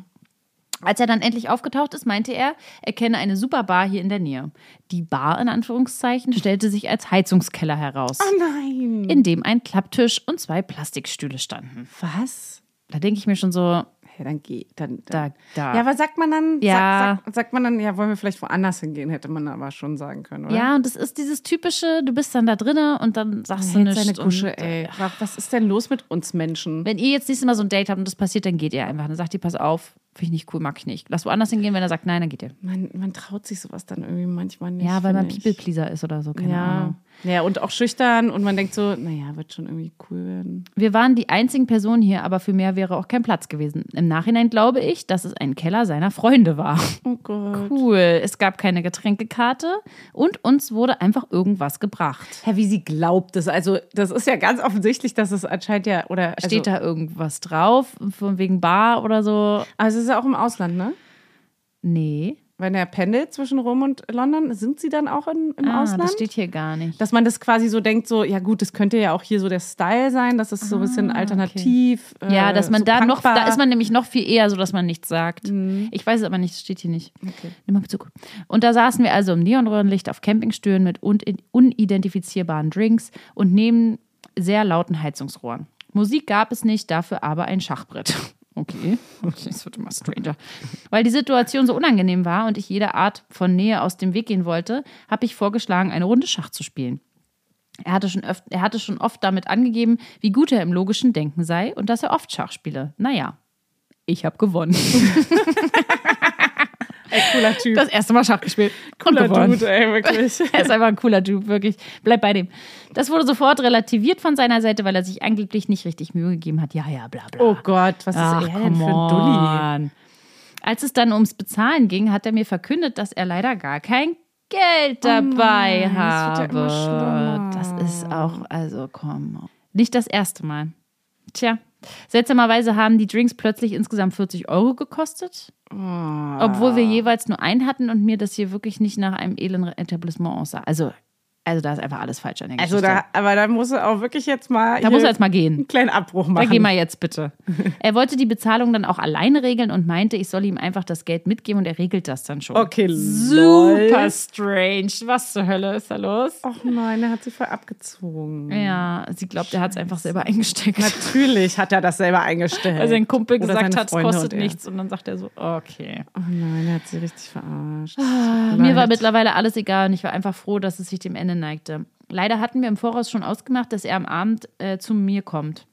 Speaker 3: Als er dann endlich aufgetaucht ist, meinte er, er kenne eine super Bar hier in der Nähe. Die Bar in Anführungszeichen stellte sich als Heizungskeller heraus,
Speaker 2: Ah, Oh Nein.
Speaker 3: in dem ein Klapptisch und zwei Plastikstühle standen.
Speaker 2: Was?
Speaker 3: Da denke ich mir schon so,
Speaker 2: Ja, dann geht. Dann,
Speaker 3: da,
Speaker 2: dann.
Speaker 3: da.
Speaker 2: Ja, aber sagt man dann,
Speaker 3: Ja.
Speaker 2: sagt, sagt, sagt man dann, ja, wollen wir vielleicht woanders hingehen, hätte man aber schon sagen können, oder?
Speaker 3: Ja, und das ist dieses typische, du bist dann da drinnen und dann sagst du
Speaker 2: Hält
Speaker 3: nichts.
Speaker 2: seine
Speaker 3: und,
Speaker 2: Gusche, oh, ey. Wa- Was ist denn los mit uns Menschen?
Speaker 3: Wenn ihr jetzt nächstes Mal so ein Date habt und das passiert, dann geht ihr einfach. Dann sagt ihr, pass auf, finde ich nicht cool, mag ich nicht. Lass woanders hingehen, wenn er sagt, nein, dann geht ihr.
Speaker 2: Man, man traut sich sowas dann irgendwie manchmal nicht.
Speaker 3: Ja, weil man
Speaker 2: finde ich.
Speaker 3: People-Pleaser ist oder so, keine
Speaker 2: Ja.
Speaker 3: Ahnung.
Speaker 2: ja, und auch schüchtern und man denkt so, naja, wird schon irgendwie cool werden.
Speaker 3: Wir waren die einzigen Personen hier, aber für mehr wäre auch kein Platz gewesen. Im Nachhinein glaube ich, dass es ein Keller seiner Freunde war.
Speaker 2: Oh Gott.
Speaker 3: Cool. Es gab keine Getränkekarte und uns wurde einfach irgendwas gebracht.
Speaker 2: Hä, wie sie glaubt das. Also, das ist ja ganz offensichtlich, dass es anscheinend ja, oder. Also,
Speaker 3: Steht da irgendwas drauf, von wegen Bar oder so?
Speaker 2: Also, es ist ja auch im Ausland, ne?
Speaker 3: Nee.
Speaker 2: Wenn er pendelt zwischen Rom und London, sind sie dann auch in, im
Speaker 3: Ah,
Speaker 2: Ausland?
Speaker 3: Das steht hier gar nicht.
Speaker 2: dass man das quasi so denkt, so, ja gut, das könnte ja auch hier so der Style sein, dass es so ein bisschen alternativ. Äh,
Speaker 3: Ja, dass man
Speaker 2: so
Speaker 3: da noch,
Speaker 2: punkbar-
Speaker 3: da ist man nämlich noch viel eher so, dass man nichts sagt.
Speaker 2: Mhm.
Speaker 3: Ich weiß es aber nicht, das steht hier nicht. Nimm mal Bezug. Und da saßen wir also im Neonröhrenlicht auf Campingstühlen mit un unidentifizierbaren Drinks und neben sehr lauten Heizungsrohren. Musik gab es nicht, dafür aber ein Schachbrett. Okay, okay, es wird immer stranger. Weil die Situation so unangenehm war und ich jede Art von Nähe aus dem Weg gehen wollte, habe ich vorgeschlagen, eine Runde Schach zu spielen. Er hatte, schon öf- er hatte schon oft damit angegeben, wie gut er im logischen Denken sei und dass er oft Schach spiele. Naja, ich habe gewonnen.
Speaker 2: Ey, cooler Typ.
Speaker 3: Das erste Mal Schach gespielt. und
Speaker 2: cooler
Speaker 3: gewonnen.
Speaker 2: Dude, ey, wirklich.
Speaker 3: Er ist einfach ein cooler Typ, wirklich. Bleib bei dem. Das wurde sofort relativiert von seiner Seite, weil er sich angeblich nicht richtig Mühe gegeben hat. Ja, ja, bla, bla.
Speaker 2: Oh Gott, was
Speaker 3: Ach,
Speaker 2: ist er denn
Speaker 3: come
Speaker 2: für ein Dulli?
Speaker 3: on. Als es dann ums Bezahlen ging, hat er mir verkündet, dass er leider gar kein Geld dabei
Speaker 2: Oh das wird ja immer
Speaker 3: habe.
Speaker 2: schlimmer.
Speaker 3: Das, ist auch, also komm. Nicht das erste Mal. Tja, seltsamerweise haben die Drinks plötzlich insgesamt 40 Euro gekostet,
Speaker 2: Oh.
Speaker 3: obwohl wir jeweils nur einen hatten und mir das hier wirklich nicht nach einem edlen Etablissement aussah. Also, also da ist einfach alles falsch an der Geschichte.
Speaker 2: Also da, aber da muss er auch wirklich jetzt mal.
Speaker 3: da muss er jetzt mal gehen.
Speaker 2: einen kleinen Abbruch machen.
Speaker 3: Da geh mal jetzt bitte. Er wollte die Bezahlung dann auch alleine regeln und meinte, ich soll ihm einfach das Geld mitgeben und er regelt das dann schon.
Speaker 2: Okay,
Speaker 3: Super
Speaker 2: Oh, lol.
Speaker 3: strange. Was zur Hölle ist da los?
Speaker 2: Och nein, er hat sie voll abgezogen.
Speaker 3: Ja, sie glaubt, er hat es einfach selber eingesteckt.
Speaker 2: Natürlich hat er das selber eingestellt.
Speaker 3: Weil sein Kumpel
Speaker 2: Oder
Speaker 3: gesagt
Speaker 2: seine
Speaker 3: hat, es
Speaker 2: Freunde
Speaker 3: kostet
Speaker 2: und er.
Speaker 3: nichts. Und dann sagt er so, okay.
Speaker 2: Oh nein, er hat sie richtig verarscht.
Speaker 3: Ah, Mir war mittlerweile alles egal und ich war einfach froh, dass es sich dem Ende neigte. Leider hatten wir im Voraus schon ausgemacht, dass er am Abend äh, zu mir kommt.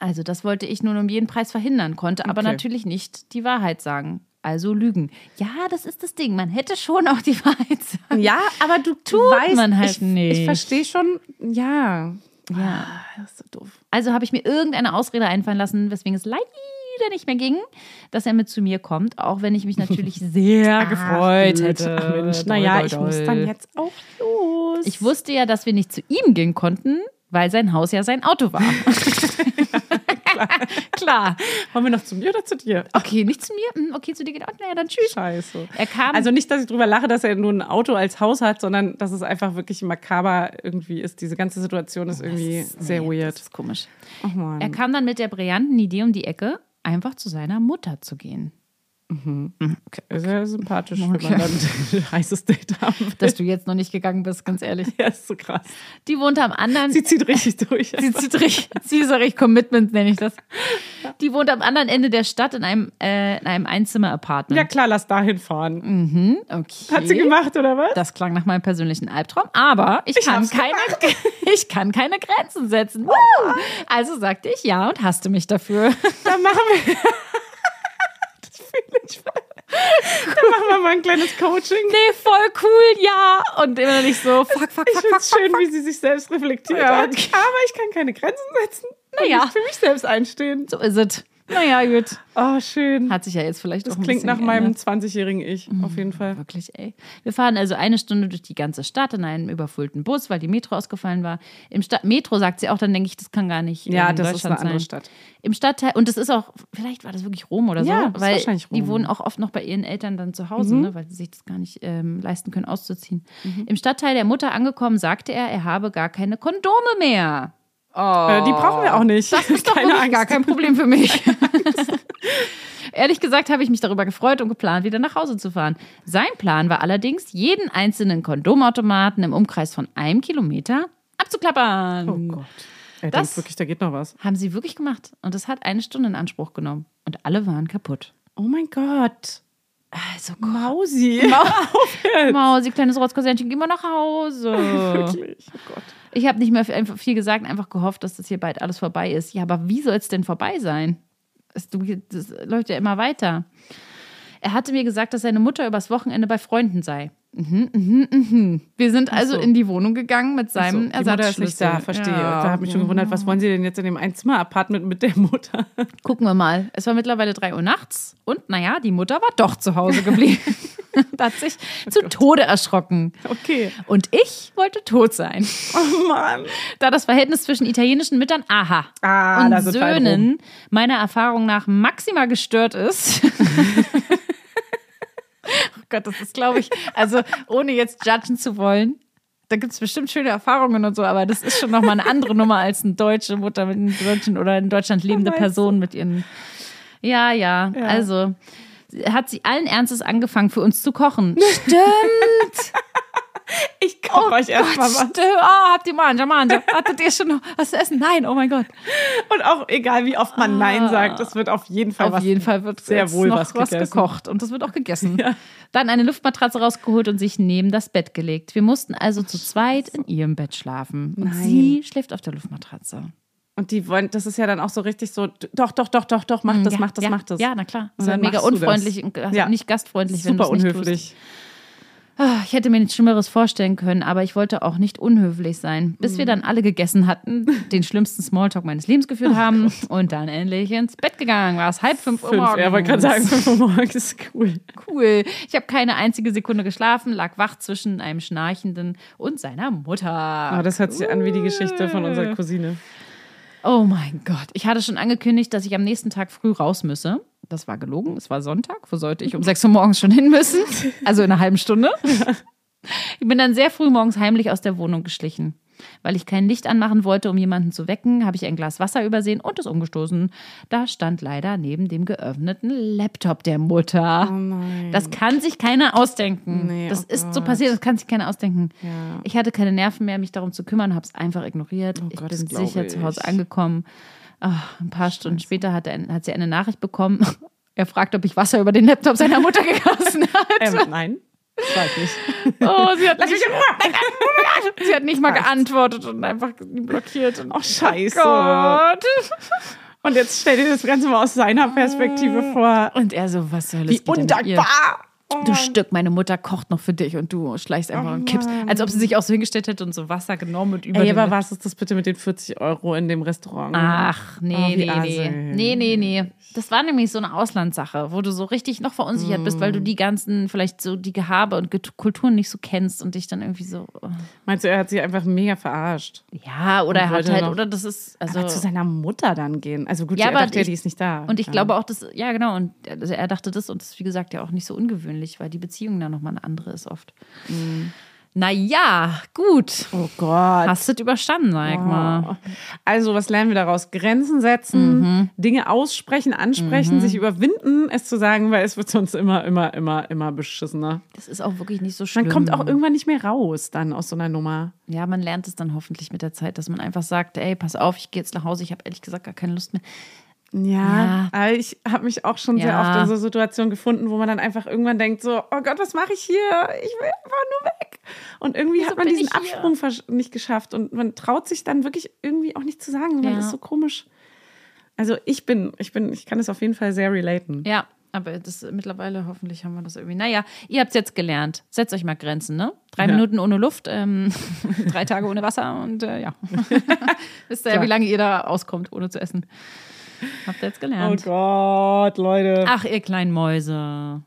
Speaker 3: Also das wollte ich nun um jeden Preis verhindern, konnte aber
Speaker 2: Mm. Okay.
Speaker 3: natürlich nicht die Wahrheit sagen. Also lügen. Ja, das ist das Ding. Man hätte schon auch die Wahrheit sagen.
Speaker 2: Ja, aber du tut weißt,
Speaker 3: man halt
Speaker 2: ich,
Speaker 3: nicht.
Speaker 2: Ich verstehe schon, ja.
Speaker 3: Ja.
Speaker 2: Ah, Das ist so doof.
Speaker 3: Also habe ich mir irgendeine Ausrede einfallen lassen, weswegen es leider nicht mehr ging, dass er mit zu mir kommt, auch wenn ich mich natürlich sehr gefreut hätte.
Speaker 2: Ach, Mensch,
Speaker 3: Doll,
Speaker 2: naja,
Speaker 3: doll,
Speaker 2: ich muss
Speaker 3: doll.
Speaker 2: dann jetzt auch los.
Speaker 3: Ich wusste ja, dass wir nicht zu ihm gehen konnten, weil sein Haus ja sein Auto war. klar.
Speaker 2: Wollen wir noch zu mir oder zu dir?
Speaker 3: Okay, nicht zu mir. Hm, Okay, zu dir geht auch. Naja, dann tschüss.
Speaker 2: Scheiße.
Speaker 3: Er kam.
Speaker 2: Also nicht, dass ich drüber lache, dass er nur ein Auto als Haus hat, sondern dass es einfach wirklich makaber irgendwie ist. Diese ganze Situation ist irgendwie sehr
Speaker 3: Nee,
Speaker 2: weird.
Speaker 3: Das ist komisch.
Speaker 2: Oh Mann.
Speaker 3: Er kam dann mit der brillanten Idee um die Ecke, einfach zu seiner Mutter zu gehen.
Speaker 2: Sehr sympathisch, wenn man dann ein heißes Date haben will.
Speaker 3: Dass du jetzt noch nicht gegangen bist, ganz ehrlich.
Speaker 2: ja, ist so krass.
Speaker 3: Die wohnte am anderen.
Speaker 2: Sie zieht richtig durch.
Speaker 3: Sie zieht richtig, sie ist richtig Commitment, nenne ich das. Die wohnt am anderen Ende der Stadt in einem, äh, in einem
Speaker 2: ja
Speaker 3: Einzimmer-Apartment.
Speaker 2: klar, lass dahin
Speaker 3: Mhm.
Speaker 2: fahren.
Speaker 3: okay.
Speaker 2: Hat sie gemacht, oder was?
Speaker 3: Das klang nach meinem persönlichen Albtraum, aber ich, kann,
Speaker 2: hab's
Speaker 3: keine, ich kann keine Grenzen setzen. Woo! Also sagte ich ja und hasste mich dafür.
Speaker 2: Dann machen wir. das fühle ich voll. Dann machen wir mal ein kleines Coaching.
Speaker 3: Nee, voll cool, ja. Und immer nicht so, fuck, fuck,
Speaker 2: Ich
Speaker 3: fuck,
Speaker 2: finde
Speaker 3: fuck.
Speaker 2: es schön, wie sie sich selbst reflektiert
Speaker 3: Ja,
Speaker 2: hat.
Speaker 3: okay.
Speaker 2: Aber ich kann keine Grenzen setzen. und
Speaker 3: Naja.
Speaker 2: nicht Für mich selbst einstehen.
Speaker 3: So ist es. Naja, gut.
Speaker 2: Oh, schön.
Speaker 3: Hat sich ja jetzt vielleicht auch
Speaker 2: Das
Speaker 3: ein
Speaker 2: klingt
Speaker 3: bisschen
Speaker 2: nach meinem
Speaker 3: geändert. Mhm.
Speaker 2: 20-jährigen Ich, auf jeden Fall.
Speaker 3: Wirklich, ey. Wir fahren also eine Stunde durch die ganze Stadt in einem überfüllten Bus, weil die Metro ausgefallen war. Im Sta Metro sagt sie auch, dann denke ich, das kann gar nicht. äh,
Speaker 2: Ja,
Speaker 3: in
Speaker 2: das ist eine
Speaker 3: Deutschland
Speaker 2: andere
Speaker 3: sein.
Speaker 2: Stadt.
Speaker 3: Im Stadtteil, und das ist auch, vielleicht war das wirklich Rom oder so,
Speaker 2: Ja, das ist
Speaker 3: weil
Speaker 2: wahrscheinlich
Speaker 3: die
Speaker 2: Rom. Mhm.
Speaker 3: wohnen auch oft noch bei ihren Eltern dann zu Hause, ne, weil sie sich das gar nicht ähm, leisten können, auszuziehen. Im Stadtteil der Mutter angekommen, sagte er, er habe gar keine Kondome mehr.
Speaker 2: Äh, die brauchen wir auch nicht.
Speaker 3: Oh. Das ist doch
Speaker 2: Keine
Speaker 3: wirklich
Speaker 2: Angst.
Speaker 3: gar kein Problem für mich. Ehrlich gesagt habe ich mich darüber gefreut und geplant, wieder nach Hause zu fahren. Sein Plan war allerdings, jeden einzelnen Kondomautomaten im Umkreis von einem Kilometer abzuklappern.
Speaker 2: Oh Gott. Er
Speaker 3: Das-
Speaker 2: denkt wirklich, da geht noch was.
Speaker 3: Haben sie wirklich gemacht. Und das hat eine Stunde in Anspruch genommen. Und alle waren kaputt.
Speaker 2: Oh mein Gott.
Speaker 3: Also,
Speaker 2: Mausi.
Speaker 3: Mausi, kleines Rotzkosänchen, geh mal nach Hause.
Speaker 2: Wirklich. Oh Gott.
Speaker 3: ich habe nicht mehr viel- einfach viel gesagt, einfach gehofft, dass das hier bald alles vorbei ist. Ja, aber wie soll es denn vorbei sein? Es, du, das läuft ja immer weiter. Er hatte mir gesagt, dass seine Mutter übers Wochenende bei Freunden sei. Mhm, mhm, mhm. Wir sind also in die Wohnung gegangen mit seinem
Speaker 2: Die Mutter ist nicht
Speaker 3: Ersatzschlüssel.
Speaker 2: da, verstehe.
Speaker 3: Ja.
Speaker 2: Und da habe ich schon gewundert, was wollen Sie denn jetzt in dem Einzimmer-Apartment mit der Mutter?
Speaker 3: Gucken wir mal. Es war mittlerweile drei Uhr nachts und naja, die Mutter war doch zu Hause geblieben. und hat sich zu Tode erschrocken.
Speaker 2: Okay.
Speaker 3: Und ich wollte tot sein.
Speaker 2: Oh Mann.
Speaker 3: Da das Verhältnis zwischen italienischen Müttern, aha,
Speaker 2: Ah,
Speaker 3: und
Speaker 2: da sind wir
Speaker 3: Söhnen meiner Erfahrung nach maximal gestört ist. oh Gott, das ist, glaube ich, also ohne jetzt judgen zu wollen. Da gibt es bestimmt schöne Erfahrungen und so, aber das ist schon nochmal eine andere Nummer als eine deutsche Mutter mit einem deutschen oder in Deutschland lebende
Speaker 2: Meinst du?
Speaker 3: Person mit ihren. Ja, ja, also hat sie allen Ernstes angefangen, für uns zu kochen. Stimmt!
Speaker 2: Ich koche euch erstmal was.
Speaker 3: Oh Stimmt! Oh, habt ihr Manja, Manja? Hattet ihr schon noch was zu essen? Nein, oh mein Gott.
Speaker 2: Und auch egal, wie oft man Nein sagt, es wird auf jeden Fall
Speaker 3: Ah. Auf
Speaker 2: was.
Speaker 3: jeden Fall wird
Speaker 2: sehr
Speaker 3: jetzt
Speaker 2: wohl
Speaker 3: noch
Speaker 2: was
Speaker 3: was,
Speaker 2: gegessen.
Speaker 3: gekocht und das wird auch gegessen. Dann eine Luftmatratze rausgeholt und sich neben das Bett gelegt. Wir mussten also zu zweit in ihrem Bett schlafen. Und
Speaker 2: Nein.
Speaker 3: sie schläft auf der Luftmatratze.
Speaker 2: Und die wollen, das ist ja dann auch so richtig so, doch, doch, doch, doch, doch, mach das,
Speaker 3: ja,
Speaker 2: mach das,
Speaker 3: ja,
Speaker 2: mach das.
Speaker 3: Ja, na klar.
Speaker 2: Und
Speaker 3: Das ist
Speaker 2: dann
Speaker 3: mega
Speaker 2: machst du das.
Speaker 3: unfreundlich und also
Speaker 2: Ja.
Speaker 3: nicht gastfreundlich, wenn du
Speaker 2: Super
Speaker 3: es nicht tust.
Speaker 2: unhöflich.
Speaker 3: Ah, Ich hätte mir nichts Schlimmeres vorstellen können, aber ich wollte auch nicht unhöflich sein. Bis
Speaker 2: Hm.
Speaker 3: wir dann alle gegessen hatten, den schlimmsten Smalltalk meines Lebens geführt haben und dann endlich ins Bett gegangen. War es halb fünf Uhr
Speaker 2: Fünf,
Speaker 3: morgens.
Speaker 2: ja, wollte gerade sagen, fünf Uhr morgens ist cool.
Speaker 3: cool. Ich habe keine einzige Sekunde geschlafen, lag wach zwischen einem Schnarchenden und seiner Mutter.
Speaker 2: Aber Ah, das hört sich an wie die Geschichte von unserer Cousine.
Speaker 3: Oh mein Gott. Ich hatte schon angekündigt, dass ich am nächsten Tag früh raus müsse. Das war gelogen. Es war Sonntag. Wo sollte ich um 6 Uhr morgens schon hin müssen? Also in einer halben Stunde. Ich bin dann sehr früh morgens heimlich aus der Wohnung geschlichen. Weil ich kein Licht anmachen wollte, um jemanden zu wecken, habe ich ein Glas Wasser übersehen und es umgestoßen. Da stand leider neben dem geöffneten Laptop der Mutter.
Speaker 2: Oh
Speaker 3: Das kann sich keiner ausdenken.
Speaker 2: Mhm. Nee,
Speaker 3: das
Speaker 2: oh
Speaker 3: ist so
Speaker 2: Gott.
Speaker 3: passiert, das kann sich keiner ausdenken.
Speaker 2: Ja. Oh
Speaker 3: Ich hatte keine Nerven mehr, mich darum zu kümmern, habe es einfach ignoriert. ich
Speaker 2: Gott, das
Speaker 3: bin
Speaker 2: glaub
Speaker 3: sicher
Speaker 2: ich.
Speaker 3: zu Hause angekommen. Ah, ein paar Stunden später hat, er, hat sie eine Nachricht bekommen. Er fragt, ob ich Wasser über den Laptop seiner Mutter gegossen habe.
Speaker 2: Ähm, nein, das weiß ich nicht.
Speaker 3: Oh, sie hat,
Speaker 2: Lass mich
Speaker 3: nicht,
Speaker 2: in Ruhe!
Speaker 3: sie hat nicht mal geantwortet und einfach blockiert. Und,
Speaker 2: Oh, scheiße.
Speaker 3: Gott.
Speaker 2: Und jetzt stell dir das Ganze mal aus seiner Perspektive vor.
Speaker 3: Und er so, was soll
Speaker 2: Wie
Speaker 3: das bitte mit ihr?
Speaker 2: undankbar. Oh
Speaker 3: Du
Speaker 2: Mann.
Speaker 3: Stück, meine Mutter kocht noch für dich und du schleichst einfach und kippst. Als ob sie sich auch so hingestellt hätte und so Wasser genommen und über
Speaker 2: Oh Ey,
Speaker 3: den
Speaker 2: aber was ist das bitte mit den 40 Euro in dem Restaurant?
Speaker 3: Ach, nee,
Speaker 2: Mhm. Oh, wie
Speaker 3: nee, nee.
Speaker 2: assi.
Speaker 3: Nee, nee, nee. Das war nämlich so eine Auslandssache, wo du so richtig noch verunsichert bist,
Speaker 2: Mhm.
Speaker 3: weil du die ganzen, vielleicht so die Gehabe und Get- Kulturen nicht so kennst und dich dann irgendwie so. oh.
Speaker 2: Meinst du, er hat sie einfach mega verarscht?
Speaker 3: Ja, oder er hat
Speaker 2: wollte
Speaker 3: halt,
Speaker 2: noch-
Speaker 3: oder das ist. Also,
Speaker 2: Aber zu seiner Mutter dann gehen. Also gut,
Speaker 3: Ja,
Speaker 2: ja, er
Speaker 3: aber
Speaker 2: dachte ja,
Speaker 3: ich-
Speaker 2: die ist nicht da.
Speaker 3: und ich
Speaker 2: Ja.
Speaker 3: glaube auch, dass, ja, genau, und also er dachte das und das ist, wie gesagt, ja auch nicht so ungewöhnlich, weil die Beziehung da nochmal eine andere ist oft.
Speaker 2: Mhm.
Speaker 3: Na Naja, gut.
Speaker 2: Oh Gott.
Speaker 3: Hast du das überstanden, sag ich mal.
Speaker 2: Oh. Also, was lernen wir daraus? Grenzen setzen,
Speaker 3: Mhm.
Speaker 2: Dinge aussprechen, ansprechen, sich überwinden, es zu sagen, weil es wird sonst immer, immer, immer, immer beschissener.
Speaker 3: Das ist auch wirklich nicht so schlimm.
Speaker 2: Man kommt auch irgendwann nicht mehr raus dann aus so einer Nummer.
Speaker 3: Ja, man lernt es dann hoffentlich mit der Zeit, dass man einfach sagt, ey, pass auf, ich gehe jetzt nach Hause, ich habe ehrlich gesagt gar keine Lust mehr.
Speaker 2: Ja,
Speaker 3: Ja.
Speaker 2: aber ich habe mich auch schon sehr
Speaker 3: Ja.
Speaker 2: oft in so Situationen gefunden, wo man dann einfach irgendwann denkt so, oh Gott, was mache ich hier? Ich will einfach nur weg. Und irgendwie
Speaker 3: Wieso
Speaker 2: hat man
Speaker 3: bin
Speaker 2: diesen
Speaker 3: ich hier?
Speaker 2: Absprung versch- nicht geschafft und man traut sich dann wirklich irgendwie auch nicht zu sagen. Man
Speaker 3: Ja.
Speaker 2: ist so komisch. Also ich bin, ich bin, ich kann es auf jeden Fall sehr relaten.
Speaker 3: Ja, aber das mittlerweile hoffentlich haben wir das irgendwie. Naja, ihr habt es jetzt gelernt. Setzt euch mal Grenzen, ne? Drei
Speaker 2: Ja.
Speaker 3: Minuten ohne Luft, ähm, drei Tage ohne Wasser und äh, ja. Wisst ihr ja,
Speaker 2: Klar.
Speaker 3: wie lange ihr da auskommt, ohne zu essen. Habt ihr jetzt
Speaker 2: Oh
Speaker 3: gelernt.
Speaker 2: Gott, Leute.
Speaker 3: Ach, ihr kleinen Mäuse.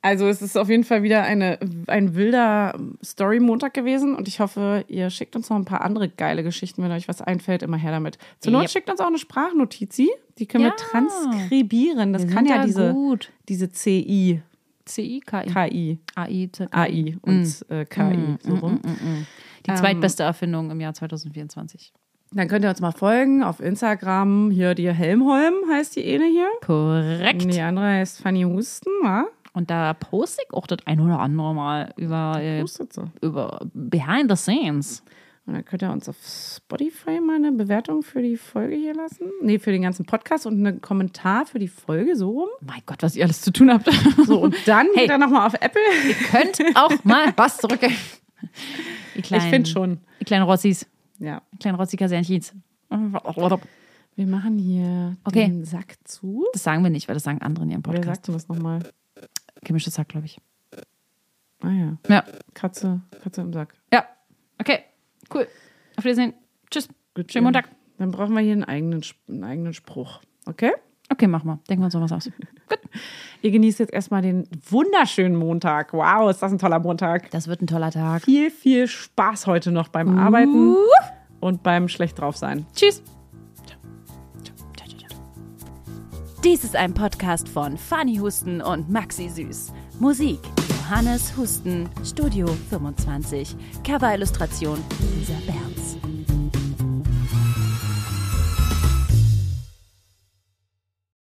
Speaker 2: Also es ist auf jeden Fall wieder eine, ein wilder Story-Montag gewesen und ich hoffe, ihr schickt uns noch ein paar andere geile Geschichten, wenn euch was einfällt, immer her damit. Zur Not
Speaker 3: Yep.
Speaker 2: schickt uns auch eine Sprachnotizi, die können
Speaker 3: Ja.
Speaker 2: wir transkribieren. Das kann
Speaker 3: sind
Speaker 2: ja
Speaker 3: da
Speaker 2: diese,
Speaker 3: Gut.
Speaker 2: diese CI,
Speaker 3: CI, KI,
Speaker 2: KI,
Speaker 3: AI, Z-
Speaker 2: Mm. AI und äh, KI so rum. Ähm.
Speaker 3: Die zweitbeste Erfindung im Jahr 2024.
Speaker 2: Dann könnt ihr uns mal folgen auf Instagram. Hier die Helmholm heißt die eine hier.
Speaker 3: Korrekt.
Speaker 2: Die andere heißt Fanny Husten, wa?
Speaker 3: Und da poste ich auch das ein oder andere Mal über, äh,
Speaker 2: Hustet so.
Speaker 3: über Behind the Scenes.
Speaker 2: Und dann könnt ihr uns auf Spotify mal eine Bewertung für die Folge hier lassen. Nee, für den ganzen Podcast und einen Kommentar für die Folge so rum.
Speaker 3: Oh Mein Gott, was ihr alles zu tun habt.
Speaker 2: So, und dann
Speaker 3: Hey.
Speaker 2: geht er nochmal auf Apple.
Speaker 3: könnt auch mal was zurückgeben. Ihr kleinen-
Speaker 2: Ich finde schon.
Speaker 3: Ihr kleinen Rossis,
Speaker 2: Ja.
Speaker 3: ihr kleinen Rossi-Kasernchens.
Speaker 2: Wir machen hier
Speaker 3: Okay. Oh,
Speaker 2: den Sack zu.
Speaker 3: Das sagen wir nicht, weil das sagen andere in ihrem
Speaker 2: Wer
Speaker 3: Podcast.
Speaker 2: sagt denn das nochmal?
Speaker 3: Gemischtes Sack, glaube ich.
Speaker 2: Ah ja.
Speaker 3: Ja.
Speaker 2: Katze, Katze im Sack.
Speaker 3: Ja. Okay. Cool. Auf Wiedersehen. Tschüss.
Speaker 2: Gut,
Speaker 3: Schönen Montag.
Speaker 2: Dann brauchen wir hier einen eigenen, Sp- einen eigenen Spruch. Okay?
Speaker 3: Okay, mach mal. Denken wir uns noch was aus. Gut.
Speaker 2: Ihr genießt jetzt erstmal den wunderschönen Montag. Wow, ist das ein toller Montag.
Speaker 3: Das wird ein toller Tag.
Speaker 2: Viel, viel Spaß heute noch beim Arbeiten und beim schlecht drauf sein.
Speaker 3: Tschüss.
Speaker 4: Dies ist ein Podcast von Fanny Husten und Maxi Süß. Musik Johannes Husten, Studio 25. Cover-Illustration Lisa Berns.